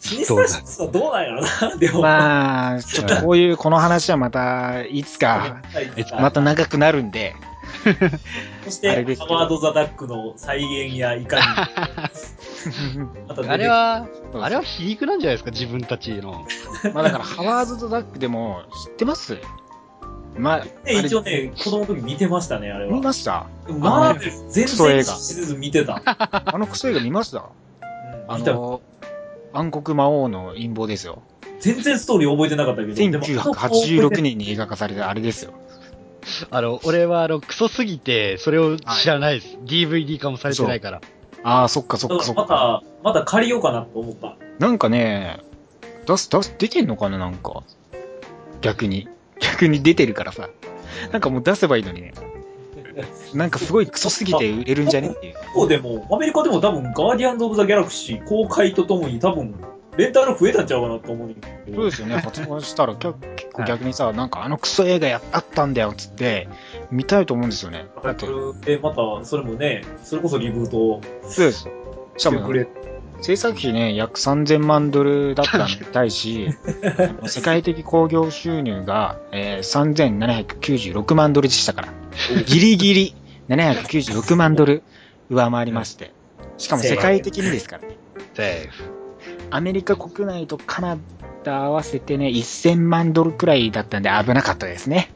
Speaker 3: シニスターシックスはどうなんやろな、でも。
Speaker 2: まあ、ちょっとこういう、この話はまた、いつか、また長くなるんで、
Speaker 3: そし
Speaker 2: あ
Speaker 3: て
Speaker 2: れです、
Speaker 3: ハ
Speaker 2: けど
Speaker 3: ワード・ザ・ダックの再現やいか
Speaker 2: (laughs)
Speaker 3: に。また出てくる
Speaker 4: あれ、は、
Speaker 2: そう
Speaker 4: あれは皮肉なんじゃないですか、自分たちの。
Speaker 2: まあだから、ハワーズとダックでも、知ってますまあ、あ
Speaker 3: ね
Speaker 2: れ
Speaker 3: 一応ね、子供の時見てましたね、あれ
Speaker 2: 見
Speaker 3: は。
Speaker 2: ました
Speaker 3: マーベル、全
Speaker 2: クソ映
Speaker 3: 然
Speaker 2: 画
Speaker 3: シリーズ見てた。
Speaker 2: あのクソ映画見ました
Speaker 3: うん
Speaker 2: あ
Speaker 3: 見た
Speaker 2: の、暗黒魔王の陰謀ですよ。
Speaker 3: 全然ストーリー覚えてなかったけど。でも
Speaker 2: 1986。年に映画化されたあれですよ。
Speaker 4: あの、俺は、あの、クソすぎて、それを知らないです。DVD 化もされてないから。
Speaker 2: ああ、そっかそ
Speaker 3: だ
Speaker 2: っ
Speaker 3: か
Speaker 2: からそ
Speaker 3: ま
Speaker 2: っか。
Speaker 3: た、また借りようかなと思った。
Speaker 2: なんかね、出す、出す、出てんのかななんか。逆に。逆に出てるからさ。なんかもう出せばいいのにね。なんかすごいクソすぎて売れるんじゃねっていう。
Speaker 3: そうでも、アメリカでも多分、ガーディアンズ・オブ・ザ・ギャラクシー公開とともに多分、レンタル増えたんちゃうかなと思うねんだけ
Speaker 2: そう
Speaker 3: ど。
Speaker 2: ですよね。発売したら結結構逆にさ、なんかあのクソ映画やあったんだよっつって、見たいと思うんですよね。だって、
Speaker 3: で、また、それもね、それこそリブート
Speaker 2: そうですよ。し
Speaker 3: して
Speaker 2: かも
Speaker 3: くれ
Speaker 2: 制作費ね、約3000万ドルだったのに対し、あの世界的興行収入が、えー3796万ドルでしたから、ギリギリ796万ドル上回りまして、しかも世界的にですからね、
Speaker 4: セーフ。
Speaker 2: アメリカ国内とカナダ合わせてね、1000万ドルくらいだったんで危なかったですね。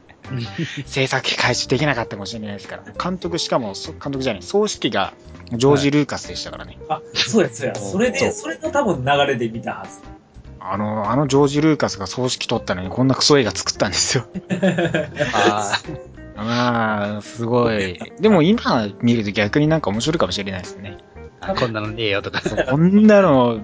Speaker 2: 制作費回収できなかったかもしれないですから、監督、しかも、そ監督じゃない、総指揮がジョージ・ルーカスでしたからね。
Speaker 3: あ、そうや、そうや。 (laughs) それ
Speaker 2: そう
Speaker 3: で、それの多分流れで見たはず。
Speaker 2: あの、あのジョージ・ルーカスが葬式取ったのにこんなクソ映画作ったんですよ。
Speaker 4: あ
Speaker 2: (laughs) まあ、すごい。でも今見ると逆になんか面白いかもしれないです (laughs) ね。
Speaker 4: あ、こんなのねえよとか。
Speaker 2: こんなの、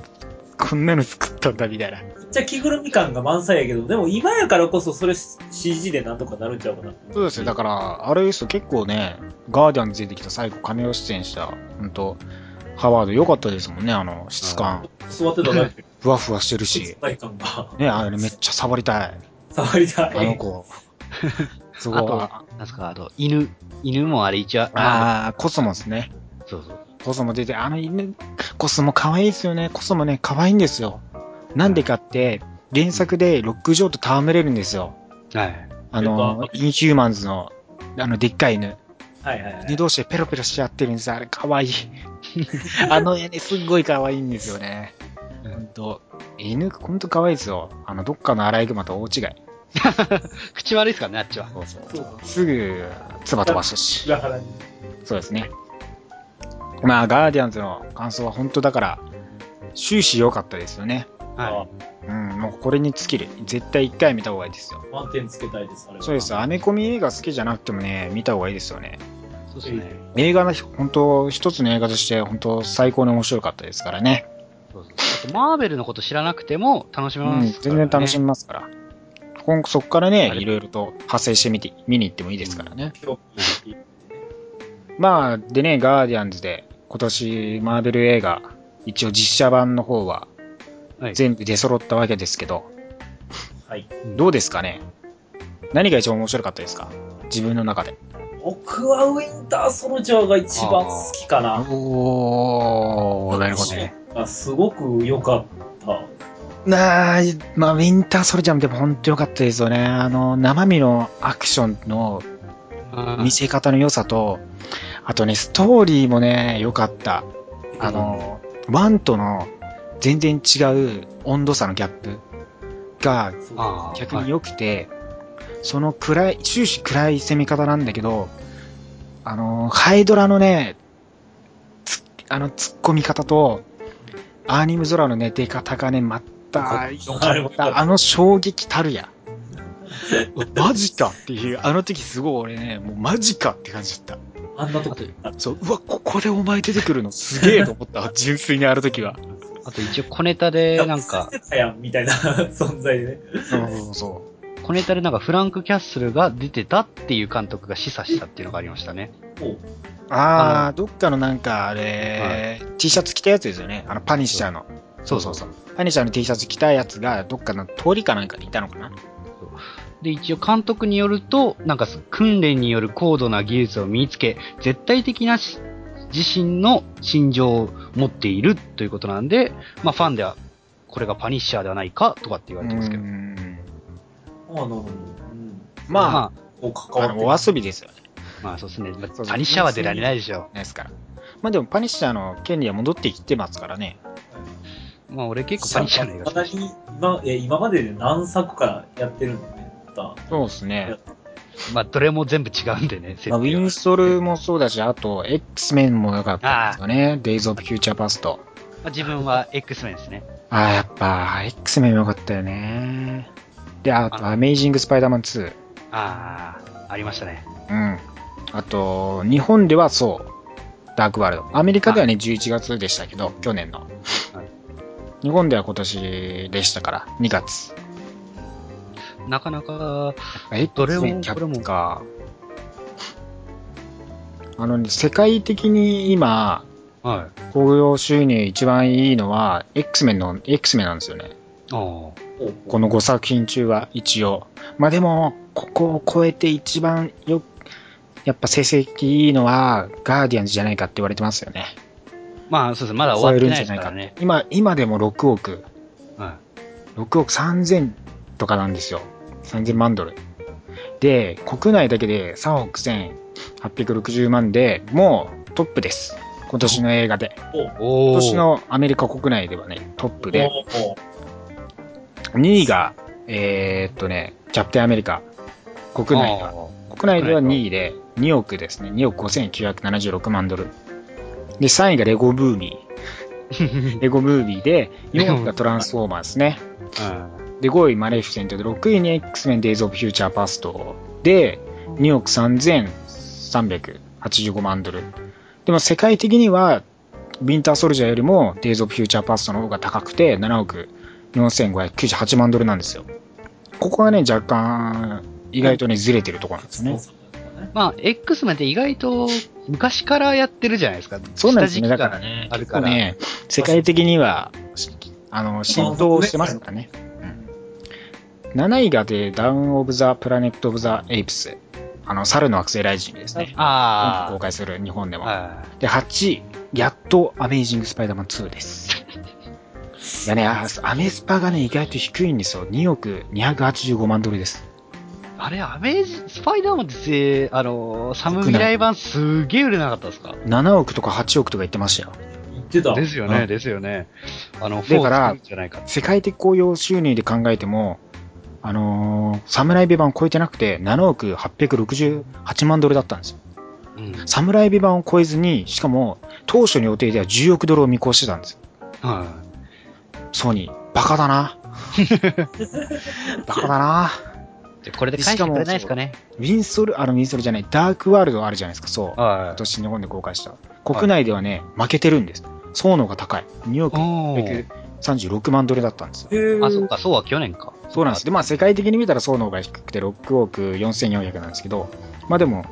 Speaker 2: こんなの作ったんだみたいな。
Speaker 3: めっちゃ着ぐるみ感が満載やけど、でも今やからこそそれ CG でなんとかなるんちゃうかな。
Speaker 2: そうですよ。だから、あれですよ、結構ね、ガーディアンズ出てきた最後、亀を出演した、本当ハワード良かったですもんね、あの、質感。
Speaker 3: 座ってただけで、
Speaker 2: ふわふわしてるし。
Speaker 3: 存在感が
Speaker 2: ね、あれめっちゃ触りたい。
Speaker 3: 触りたい。
Speaker 2: あの子。すごい。
Speaker 4: あと、
Speaker 2: あ
Speaker 4: なんすか、あと、犬。犬もあれ一応、あ
Speaker 2: あー、コスモですね。
Speaker 4: そうそう。
Speaker 2: コスモ出て、あの犬、コスモ可愛いですよね。コスモね、可愛いんですよ。なんでかって、原作でロック上と戯れるんですよ。
Speaker 4: はい。
Speaker 2: あ
Speaker 3: えっ
Speaker 2: の、インヒューマンズの、あの、でっかい犬。
Speaker 3: はいはいは
Speaker 2: 犬
Speaker 3: い。
Speaker 2: 同士でペロペロし合ってるんですよ。あれ、可 (laughs) 愛い。あの絵ね、すっごい可愛いんですよね。ほんと。犬、ほんと可愛いですよ。あの、どっかのアライグマと大違い。
Speaker 4: 口悪いですからね、あっちは。
Speaker 2: そうそう
Speaker 3: そうか
Speaker 2: すぐ、唾飛ばしたし。
Speaker 3: 裏腹に。
Speaker 2: そうですね。まあ、ガーディアンズの感想は本当だから、終始良かったですよね。
Speaker 4: は
Speaker 2: うん、もうこれに尽きる。絶対一回見た方がいいですよ。
Speaker 3: 満点つけたいです、あれは。
Speaker 2: そうです。アメコミ映画好きじゃなくてもね、見た方がいいですよね。
Speaker 4: い。そうですね。
Speaker 2: 映画の、本当一つの映画として、本当最高に面白かったですからね。
Speaker 4: そうそうとマーベルのこと知らなくても楽しめ
Speaker 2: うん、
Speaker 4: ますから、
Speaker 2: 全
Speaker 4: ね
Speaker 2: 然楽しめますから。今そこからね
Speaker 4: あ、れ
Speaker 2: いろいろと派生してみて、見に行ってもいいですからね。
Speaker 3: 興味
Speaker 2: まあ、でね、ガーディアンズで今年マーベル映画、一応実写版の方は
Speaker 4: はい
Speaker 2: 全部出揃ったわけですけど、
Speaker 3: はい。
Speaker 2: どうですかね何が一番面白かったですか自分の中で。
Speaker 3: 僕はウィンターソルジャーが一番好きかな。
Speaker 2: おー、なるほどね。
Speaker 3: あすごく良かった。
Speaker 2: なあ、まあ、ウィンターソルジャーもでも本当良かったですよね。あの、生身のアクションの
Speaker 4: うん
Speaker 2: 見せ方の良さと、あとね、ストーリーもね、良かった。あの、ワンとの全然違う温度差のギャップが
Speaker 4: あー
Speaker 2: 逆に良くて、その暗い、終始暗い攻め方なんだけど、あの、ハイドラのね、つあの、突っ込み方と、アーニムゾラのね、出方がね、また、良か
Speaker 3: よ
Speaker 2: っ
Speaker 3: かった
Speaker 2: た。あの衝撃たるや。 (laughs) マジかっていう、あの時すごい俺ね、もうマジかって感じだっ
Speaker 3: あんなとこ
Speaker 4: あと
Speaker 2: た。そう、うわ、ここでお前出てくるのすげえと思った。純粋にあの時は。
Speaker 4: あと一応小ネタでなんか
Speaker 3: 捨、てたやんみたいな存在でね。
Speaker 2: そうそうそう。
Speaker 4: 小ネタでなんかフランク・キャッスルが出てたっていう監督が示唆したっていうのがありましたね。
Speaker 3: もう
Speaker 2: あ
Speaker 4: あ
Speaker 2: あ、どっかのなんかあれ、T シャツ着たやつですよね。あの、パニッシャーの。そうそうそう。パニッシャーの T シャツ着たやつが、どっかの通りかなんかにいたのかな。
Speaker 4: で、一応監督によると、なんか訓練による高度な技術を身につけ、絶対的なし自身の心情を持っているということなんで、まあファンでは、これがパニッシャーではないかとかって言われてますけど。
Speaker 2: うん
Speaker 3: あの、うん。
Speaker 2: まあ、
Speaker 4: ま
Speaker 3: こう関
Speaker 2: あ
Speaker 3: わっ
Speaker 2: の
Speaker 3: て
Speaker 2: お遊びですよね。
Speaker 4: あ、まあそうですね。ま
Speaker 2: そうそう
Speaker 4: あパニッシャーは出られないでしょ。
Speaker 2: ですから。まあでも、パニッシャーの権利は戻ってきてますからね。
Speaker 4: まあ俺結構パニッシャーの映
Speaker 3: ま
Speaker 4: 画
Speaker 3: だ
Speaker 4: 好き。
Speaker 3: に今え今までで何作かやってるのね。ま
Speaker 2: そうですね。
Speaker 4: まあどれも全部違うんでね、設定
Speaker 2: まあ、
Speaker 4: は
Speaker 2: ウィンストルもそうだし、あと、X メンも良かったですよね。デイズ・オブ・フューチャー・パスト。
Speaker 4: まあ自分は X メンですね。
Speaker 2: ああ、やっぱ、X メンも良かったよね。で、あと、
Speaker 4: あ
Speaker 2: アメイジング・スパイダーマン2。
Speaker 4: ああ、ありましたね。
Speaker 2: うん。あと、日本ではそう。ダークワールド。アメリカではね、11月でしたけど、去年の。日本では今年でしたから、2月。
Speaker 4: なかなか、
Speaker 2: え
Speaker 4: どれも
Speaker 2: キャ
Speaker 4: これ
Speaker 2: ッ
Speaker 4: も
Speaker 2: プか。あのね、世界的に今、
Speaker 4: はい。
Speaker 2: 興行収入一番いいのは、X メンの、X メンなんですよね。
Speaker 4: あ
Speaker 2: この5作品中は一応。まあでも、ここを超えて一番よ、やっぱ成績いいのは、ガーディアンズじゃないかって言われてますよね。
Speaker 4: あまあそうですね、まだ終わってないですからね。
Speaker 2: 今、今でも6億、
Speaker 4: は
Speaker 2: 6億3000とかなんですよ。3000万ドル。で、国内だけで3億1860万で、もうトップです。今年の映画で。
Speaker 4: い、おー
Speaker 2: 今年のアメリカ国内ではね、トップで。
Speaker 3: おーお
Speaker 2: 2位が、えーっとね、キャプテンアメリカ。国内が。国内では2位で、2億ですね。2億5976万ドル。で、3位がレゴムービー。レゴムービーで、4位がトランスフォーマーですね。
Speaker 4: うん
Speaker 2: で、5位マレフィセントで、6位に X メンデイズ・オブ・フューチャー・パストで、2億3385万ドル。でも世界的には、ウィンター・ソルジャーよりもデイズ・オブ・フューチャー・パストの方が高くて、7億4598万ドルなんですよ。ここがね、若干、意外とね、ずれてるところなんですね。
Speaker 4: まあ、X まで意外と昔からやってるじゃないですか。
Speaker 2: そうなんですね
Speaker 4: 下敷き
Speaker 2: だから
Speaker 4: ねある
Speaker 2: 結
Speaker 4: か
Speaker 2: 構
Speaker 4: ら。
Speaker 2: ね、世界的には、しあの、浸透してますからね。7位がで、ダウン・オブ・ザ・プラネット・オブ・ザ・エイプス。あの、猿の惑星ライジングですね。
Speaker 4: あ
Speaker 2: 公開する日本で
Speaker 4: あ。
Speaker 2: も。
Speaker 4: は
Speaker 2: で、8位、やっとアメイジング・スパイダーマン2です。いやね、あアメスパがね、意外と低いんですよ。2億285万ドルです。
Speaker 4: いあれ、アメージ、スパイダーマンって、あのー、サム未来版すげえ売れなかったですか
Speaker 2: 7億とか8億とか言ってましたよ。
Speaker 3: 言ってた。
Speaker 4: ですよ
Speaker 2: うん
Speaker 4: ね、ですよね。あの、
Speaker 2: だから
Speaker 4: 4作るんじゃないか
Speaker 2: 世界的興行収入で考えても、あのー、サムライビ版を超えてなくて、7億868万ドルだったんですよ。
Speaker 4: うん。
Speaker 2: サムライビ版を超えずに、しかも、当初の予定では10億ドルを見越してたんですよ。
Speaker 4: は
Speaker 2: ソニー、バカだな。バカだな。
Speaker 4: い。でこれで返してくれないですかね。
Speaker 2: ウィンソル、あの、ウィンソルじゃない、ダークワールドあるじゃないですか、そう。
Speaker 4: は
Speaker 2: 今年日本で公開した。国内ではね、負けてるんです。層の方が高い。2億
Speaker 4: おー
Speaker 2: 36万ドルだったんですよ。
Speaker 3: へー
Speaker 4: あ、そっか、そうは去年か。
Speaker 2: そうなんです。で、まあ世界的に見たらそうの方が低くて6億4400なんですけど、まあでも、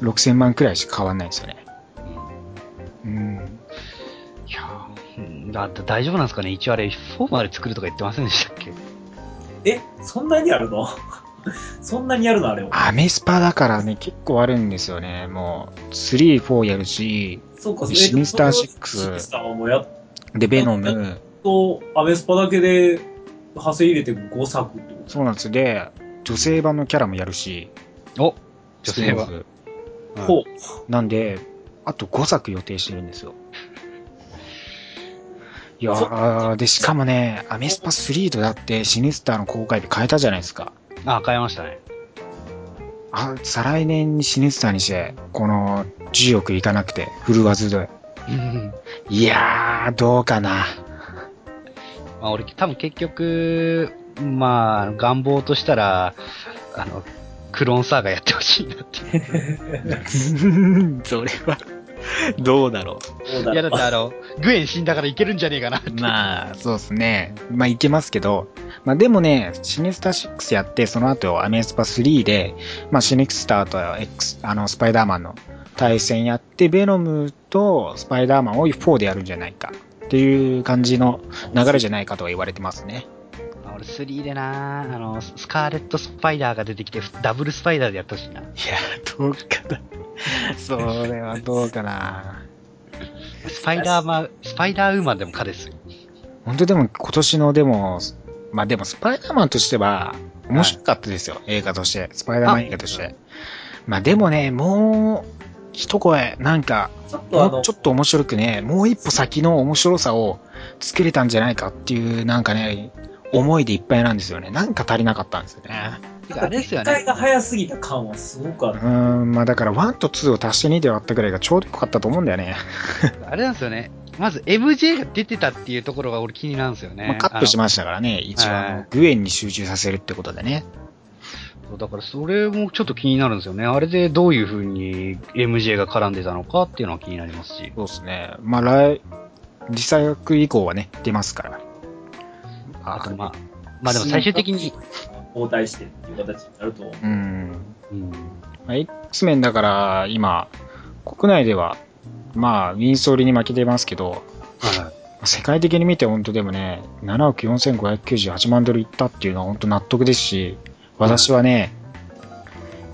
Speaker 2: 6000万くらいしか変わんないんですよね。うん。
Speaker 4: いやーうんだって大丈夫なんですかね一応あれ、フォーマル作るとか言ってませんでしたっけ
Speaker 3: え、そんなにあるのそんなにあるのあれを。
Speaker 2: アメスパだからね、結構あるんですよね。もう、3、4やるし、
Speaker 3: そうか、
Speaker 2: シニスター
Speaker 3: シ
Speaker 2: 6
Speaker 3: シニスターはもうやっ
Speaker 2: で、ベノム、
Speaker 3: と、アメスパだけで、派生入れて5作ってこと
Speaker 2: そうなんです。で、女性版のキャラもやるし、
Speaker 4: お女性は
Speaker 2: ス。ピンオフ
Speaker 4: うん
Speaker 3: ほう。
Speaker 2: なんで、あと5作予定してるんですよ。いや
Speaker 3: そ
Speaker 2: ーで、しかもね、アメスパ3とだってシニスターの公開日変えたじゃないですか。
Speaker 4: あ、変えましたね。 (laughs)
Speaker 2: あ、再来年にシニスターにして、この10億いかなくて、振るわずで。いやー、どうかな。
Speaker 4: まあ、俺、多分結局、まあ、願望としたら、あの、クローンサーがやってほしいなってい
Speaker 2: (laughs)
Speaker 4: う。
Speaker 2: それは、どうだろ
Speaker 3: どうだ
Speaker 4: いや、だ
Speaker 3: ろ
Speaker 4: ってあの、グエン死んだからいけるんじゃねえかなって。
Speaker 2: う。まあ、そうですね。まあ、いけますけど、まあ、でもね、シニスター6やって、その後、アメスパ3で、まあ、シニスターと X、あの、スパイダーマンの対戦やって、ベノムとスパイダーマンを4でやるんじゃないか。っていう感じの流れじゃないかとは言われてますね。
Speaker 4: まあ俺、3でな、あの、スカーレット・スパイダーが出てきて、ダブルスパイダーでやってほしいな。
Speaker 2: いや、どうかな。 (laughs) それはどうかな。
Speaker 4: スパイダーマン、スパイダーウーマンでもかですよ。
Speaker 2: 本当でも今年のでも、まあでもスパイダーマンとしては面白かったですよ、映画として。スパイダーマン映画とし
Speaker 4: は
Speaker 2: て。まあでもね、もう一声、なんか、
Speaker 3: う。ちょっとあ
Speaker 2: も
Speaker 3: の
Speaker 2: うち、ょっと面白くね、もう一歩先の面白さを作れたんじゃないかっていう、なんかね、思いでいっぱいなんですよね。なんか足りなかったんですよね。
Speaker 4: てか、あれですよ
Speaker 3: 展開
Speaker 4: ね。
Speaker 3: が早すぎた感はすごくあ
Speaker 2: う
Speaker 3: る。
Speaker 2: ーん、まあだから1と2を足して2で割ったぐらいがちょうどよかったと思うんだよね。
Speaker 4: あれなんですよね。まず、MJ が出てたっていうところが俺気になるんですよね。
Speaker 2: まあカットし
Speaker 4: ま
Speaker 2: ましたからね、一応あの
Speaker 4: はい
Speaker 2: グエンに集中させるってことでね。
Speaker 4: す。だから、それもちょっと気になるんですよね。あれでどういう風に MJ が絡んでたのかっていうのは気になりますし。
Speaker 2: そうですね。まあ、来、実際作以降はね、出ますから。
Speaker 4: あと、まあ、まあでも最終的に、
Speaker 3: 交代してっていう形になると思う。
Speaker 2: うん。
Speaker 4: うん、
Speaker 2: まあ X メンだから、今、国内では、まあ、ウィンストールに負けてますけど、
Speaker 4: はい
Speaker 2: 世界的に見て本当でもね、7億4598万ドルいったっていうのは本当納得ですし、私はね、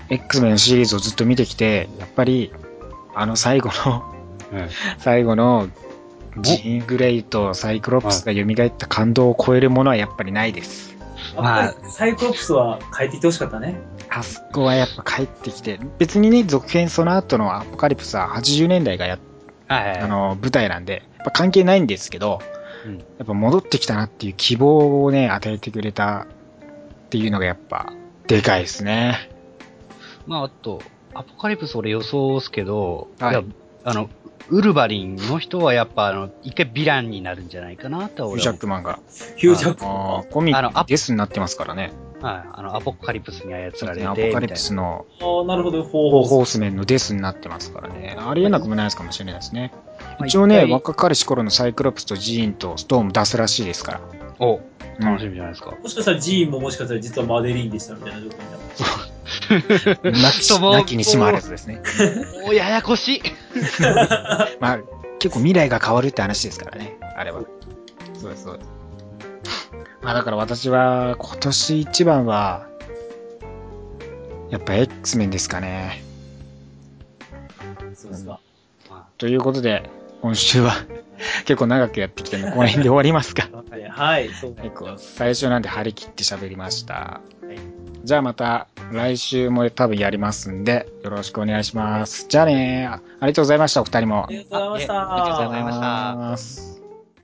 Speaker 2: X メンのシリーズをずっと見てきて、やっぱり、あの最後の (laughs)
Speaker 4: はい。
Speaker 2: 最後のジーン・グレイとサイクロプスが蘇った感動を超えるものはやっぱりないです。
Speaker 4: まあ
Speaker 3: やっぱりサイクロプスは変えていってほしかったね。
Speaker 2: あそこはやっぱ帰ってきて、別にね、続編その後のアポカリプスは80年代がやっ
Speaker 4: はいはい。
Speaker 2: あ、の舞台なんで、やっぱ関係ないんですけど、
Speaker 4: うん
Speaker 2: やっぱ戻ってきたなっていう希望をね、与えてくれたっていうのがやっぱでかいですね。
Speaker 4: まあ、あと、アポカリプス俺予想ですけど、
Speaker 2: はい
Speaker 4: やあの、ウルヴァリンの人はやっぱ、あの、一回ヴィランになるんじゃないかなとは
Speaker 2: ヒュー
Speaker 4: 俺
Speaker 2: ジ
Speaker 4: は
Speaker 2: ャックマンが。
Speaker 3: ヒュージャック
Speaker 2: あ
Speaker 3: マ
Speaker 2: ーコミ
Speaker 4: あ
Speaker 2: ッ
Speaker 4: のあ
Speaker 2: クデスになってますからね。
Speaker 4: はい、あの、アポカリプスに操られて、
Speaker 2: アポカリプスの
Speaker 3: ン。ああ、なるほど。
Speaker 2: ホ
Speaker 3: ほうほ
Speaker 2: ースメンのデスになってますからね。ありえなくもないですかもしれないですね。
Speaker 4: みたいな
Speaker 2: 一応ね、、
Speaker 4: まあ
Speaker 2: 若かりし頃のサイクロプスとジーンとストーム出すらしいですから。
Speaker 4: 一回お、
Speaker 2: うん
Speaker 4: 楽しみじゃないですか。
Speaker 3: う。もしかしたらジーンももしかしたら実はマデリンでしたみたいな状況になる。
Speaker 2: 泣き
Speaker 4: そうもう
Speaker 2: 泣きにしまわれずですね。
Speaker 4: お、ややこ
Speaker 2: (laughs)
Speaker 4: しい
Speaker 2: まあ、結構未来が変わるって話ですからね、あれは。そうです、そうです。 (laughs) まあだから私は今年一番は、やっぱ X メンですかね。
Speaker 3: そうですか。
Speaker 4: ま
Speaker 2: ということで、今週は (laughs) 結構長くやってきてるので、この辺で終わりますか。
Speaker 3: はい、はい、そう
Speaker 2: 結構最初なんで張り切って喋りました。
Speaker 3: はい
Speaker 2: じゃあまた来週も多分やりますんで、よろしくお願いします。じゃあねありがとうございました、お二人も。
Speaker 3: ありがとうございました。
Speaker 4: あいえありがとうございました
Speaker 2: ます。